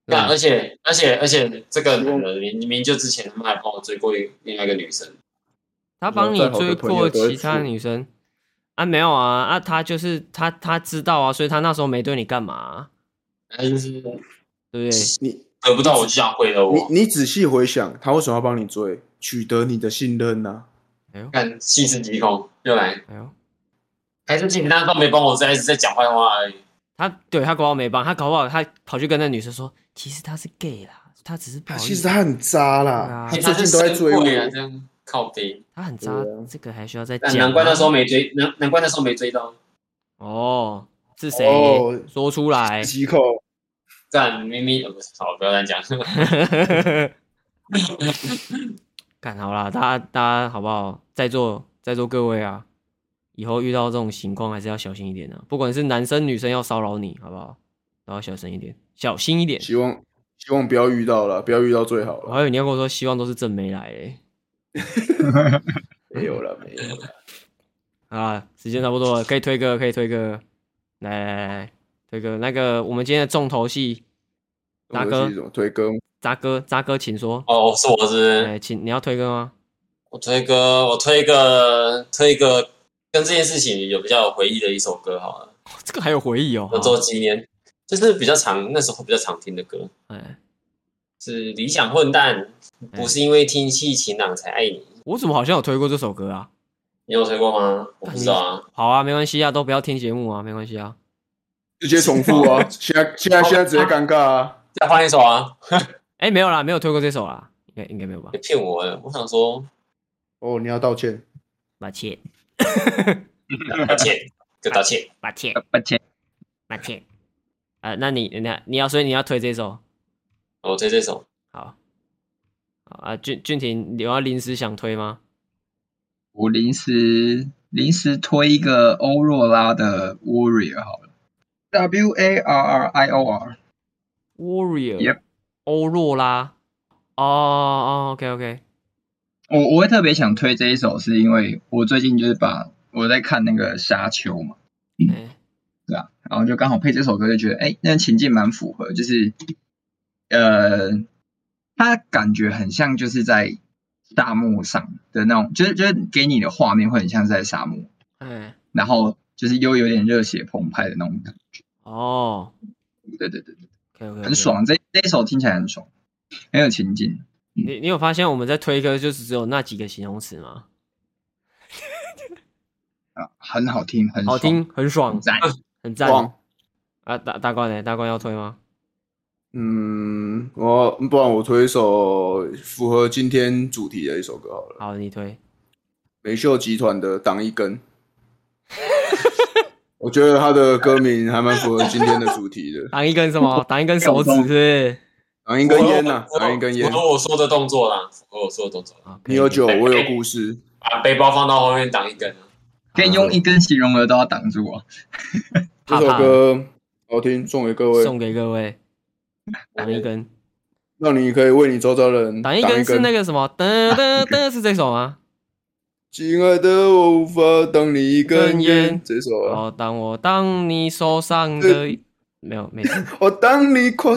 A: 干，
B: 嗯
A: 而且而且而且这个男的明明明就之前他妈还帮我追过一另外一个女生，
B: 他帮你
C: 再好的
B: 追
C: 朋友
B: 过
C: 都会
B: 其他
C: 出
B: 女生啊，没有啊，啊，他就是他他知道啊，所以他那时候没对你干嘛啊、
A: 他就是
B: 对不对？
C: 你
A: 得不到我就想毁了我，
C: 你你仔细回想，他为什么要帮你追？取得你的信任啊呐、
A: 看细思极恐又来，
B: 哎呦，
A: 还是你那时候没帮我在一直在讲坏话啊而已。
B: 他对他搞不好没帮，他搞不好他跑去跟那女生说，其实他是 gay 啦，他只是不
C: 他
B: 好意
C: 啊其实
B: 思，
C: 他很渣啦
B: 啊，
C: 他最近都在追
A: 我
C: 我。
A: 啊，这样靠背。
B: 他很渣，
C: 对啊
B: 这个还需要再讲
A: 但
B: 啊、
A: 难怪那时候没追，难难怪那时候没追到。
B: 哦，是谁、
C: 哦
B: 说出来？
C: 几口，
A: 干明明呃不是，好不要乱讲。
B: 干好啦，大家大家好不好？在座在座各位啊，以后遇到这种情况还是要小心一点啊。不管是男生女生要骚扰你，好不好？都要小心一点，小心一点。
C: 希望希望不要遇到了，不要遇到最好
B: 我
C: 了。
B: 还以为你要跟我说，希望都是正妹来嘞。
C: 没有了，没有了。
B: 啊，时间差不多了，可以推歌，可以推歌。来来来来，推歌。那个我们今天的重头戏，大
C: 我
B: 哥
C: 们是一种推歌，
B: 渣哥，渣哥，请说。
A: 哦，是我是不
B: 哎、
A: 是
B: 请你要推歌吗？
A: 我推歌，我推一个推一个跟这件事情有比较有回忆的一首歌好了，
B: 哦这个还有回忆哦。
A: 有周纪念，就是比较常那时候比较常听的歌，
B: 哎，
A: 是《理想混蛋》，
B: 哎
A: 不是因为天气晴朗才爱你，
B: 我怎么好像有推过这首歌啊？
A: 你有推过吗？我不知道啊。
B: 好啊，没关系啊，都不要听节目啊，没关系啊。
C: 直接重复 啊！现在现在现在直接尴尬啊！
A: 再换一首啊！
B: 哎、没有啦，没有推过这首啦，应该应该没有吧
A: 你？骗我了，我想说，
C: 哦，你要道歉，
B: 抱歉，
A: 道歉，就道歉。
B: 抱歉，
D: 抱歉，
B: 抱歉。啊、那你那你要所以你要推这首，
A: 我推这首，
B: 好，好啊，俊俊廷，你有要临时想推吗？
D: 我临时临时推一个欧若拉的 Warrior 好了，W A R R I O R，
B: Warrior，
D: Yep
B: 欧若拉。哦哦，OK OK，
D: 我我会特别想推这一首，是因为我最近就是把我在看那个《沙丘》嘛，
B: 哎、
D: 对啊，然后就刚好配这首歌，就觉得哎，那情境蛮符合，就是呃，它感觉很像就是在沙漠上的那种，就是就是给你的画面会很像是在沙漠，
B: 哎、
D: 然后就是又有点热血澎湃的那种感觉。
B: 哦
D: 对对对，对
B: ，OK OK，
D: 很。爽，这这一首听起来很爽，很有情境。
B: 你你有发现我们在推歌就是只有那几个形容词吗？
D: 啊，很好听，很
B: 好
D: 爽
B: 听，很爽
D: 很，赞。
B: 很赞
C: 忘。
B: 啊！大大冠呢？大冠要推吗？
C: 嗯，我不然我推一首符合今天主题的一首歌好了，
B: 好，你推。
C: 美秀集团的《挡一根》， 我觉得他的歌名还蛮符合今天的主题的。
B: 挡一根什 么？挡一根手指是不是？
C: 挡一根烟呐、
A: 我
C: 挡一根烟
A: 符。合我说的动作啦，符合我说的动作，
B: 好可以
C: 你有酒，我有故事。
A: 把背包放到后面挡一根啊。
D: 可以用一根形容的都要挡住 啊！
C: 这
B: 怕
C: 首
B: 怕
C: 歌好听，送给各
B: 送
C: 位，
B: 给各位。挡一根，
C: 让你可以为你周遭的人
B: 挡一根 是那个什么？噔噔噔，是这首吗？
C: 亲爱的，我无法挡你一根
B: 根
C: 烟
B: 烟。
C: 这首啊，
B: 哦，当我当你手上的没有没事
C: 我哦当你跨。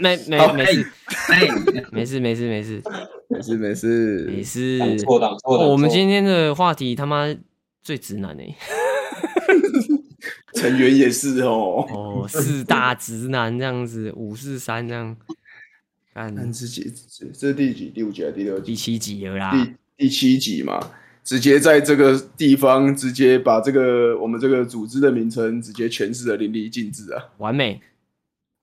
B: 没没 没没事
D: 哎，
B: 没事没事没事
C: 没事没
B: 没
C: 事，
B: 事
A: 挡。错挡错
B: 哦，
A: 挡
B: 我们
A: 错
B: 今天的话题他妈最直男哎！
C: 成员
B: 嗯
C: 也是哦。
B: 哦，四大直男这样子，五四三这样。看
C: 看自己这这是第几？第五集还是第六
B: 第
C: 集？
B: 七集了啦，
C: 第第七集嘛，直接在这个地方直接把这个我们这个组织的名称直接诠释的淋漓尽致啊，
B: 完美。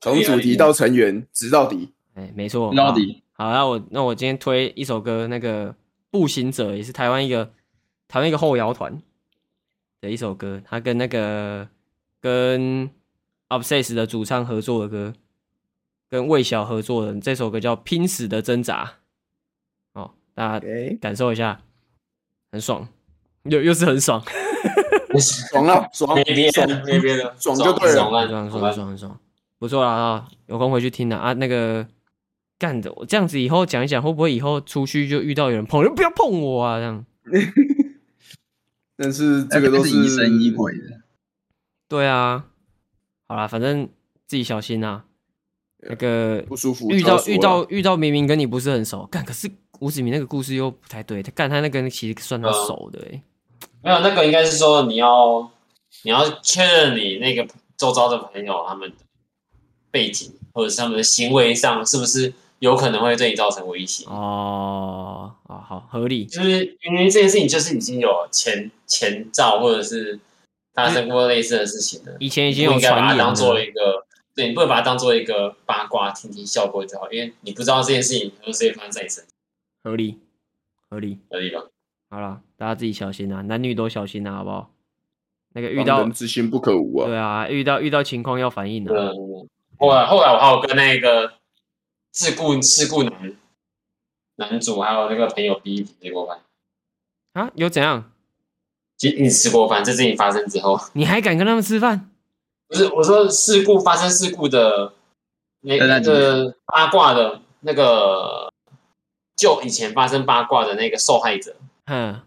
C: 从主题到成员，直到底。
B: 哎，没
C: 哦
B: 错，
D: 到底
B: 好。好，那我那我今天推一首歌，那个《步行者》也是台湾一个台湾一个后摇团的一首歌，他跟那个跟 Obsess 的主唱合作的歌，跟魏晓合作的这首歌叫《拼死的挣扎》。哦，大家
C: 哎，
B: 感受一下，很爽，又又是很爽，
C: 爽了，爽
A: 没别
C: 爽
A: 的，没别的，
C: 爽就对了
A: 爽
B: 很
A: 烂
B: 爽，很爽，
A: 爽啊
B: 很
A: 烂
B: 爽，很爽，不错啦啊！有空回去听啦啊！那个干的，我这样子以后讲一讲，会不会以后出去就遇到有人碰，不要碰我啊！这样，
C: 但是这个都
D: 是疑神疑鬼的。
B: 对啊，好啦，反正自己小心啊。那个
C: 不舒服，
B: 遇到
C: 超啊爽
B: 遇到遇到明明跟你不是很熟，干可是吴子明那个故事又不太对，他干他那个人其实算他熟的、
A: 啊
B: 欸，
A: 没有那个应该是说你要你要确认你那个周遭的朋友他们的背景或者是他们的行为上是不是有可能会对你造成威胁，
B: 哦哦，好合理，
A: 就是因为这件事情就是已经有前前兆或者是发生过类似的事情了，
B: 以前已
A: 你
B: 经
A: 不
B: 有
A: 应该把
B: 传
A: 它
B: 言了
A: 当，做一个。对，你不能把它当做一个八卦，听听笑过就好，因为你不知道这件事情何时会发生在你身上，
B: 合理合理。
A: 可以吧？
B: 好了，大家自己小心啊，男女都小心啊，好不好？那个遇
C: 防
B: 到
C: 人之心不可无啊。
B: 对啊，遇到遇到情况要反应啊。
A: 嗯，后来后来我还有跟那个事故事故男男主还有那个朋友 B 吃过饭，
B: 啊，有怎样？
A: 其实你吃过饭，这事情发生之后，
B: 你还敢跟他们吃饭？
A: 不是我说事故发生事故的那
D: 对那
A: 那
D: 几
A: 个八卦的那个，就以前发生八卦的那个受害者，
B: 哼，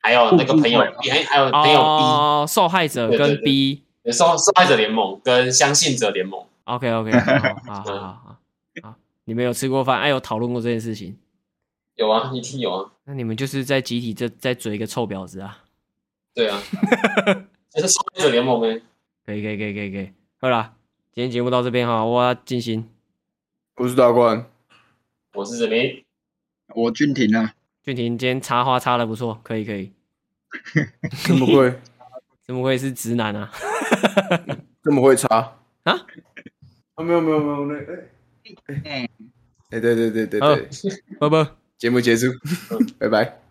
A: 还有那个朋友
D: 互助会吧
A: B，还还有朋友
B: 哦，受害者
A: 对对
B: 跟
A: 对
B: B。
A: B 受受害者联盟跟相信者联盟，
B: OK OK，好好 好好好好，你们有吃过饭？哎，有讨论过这件事情？
A: 有啊，一定有啊，
B: 那你们就是在集体在在嘴一个臭婊子啊！
A: 对啊，就是受害者联盟呗，
B: 可以可以可以可以可以，好啦，今天节目到这边哈，我要进行
C: 我是大冠，
A: 我是这边
D: 我俊廷啊，
B: 俊廷今天插花插的不错，可以可以，
C: 这么会
B: 怎么会是直男啊？
C: 这么会查
B: 啊？
C: 啊，没有没有没有，那哎
D: 哎，
C: 哎对对对对
B: 好
C: 对，
B: 啵啵。
C: 节目结束，拜拜。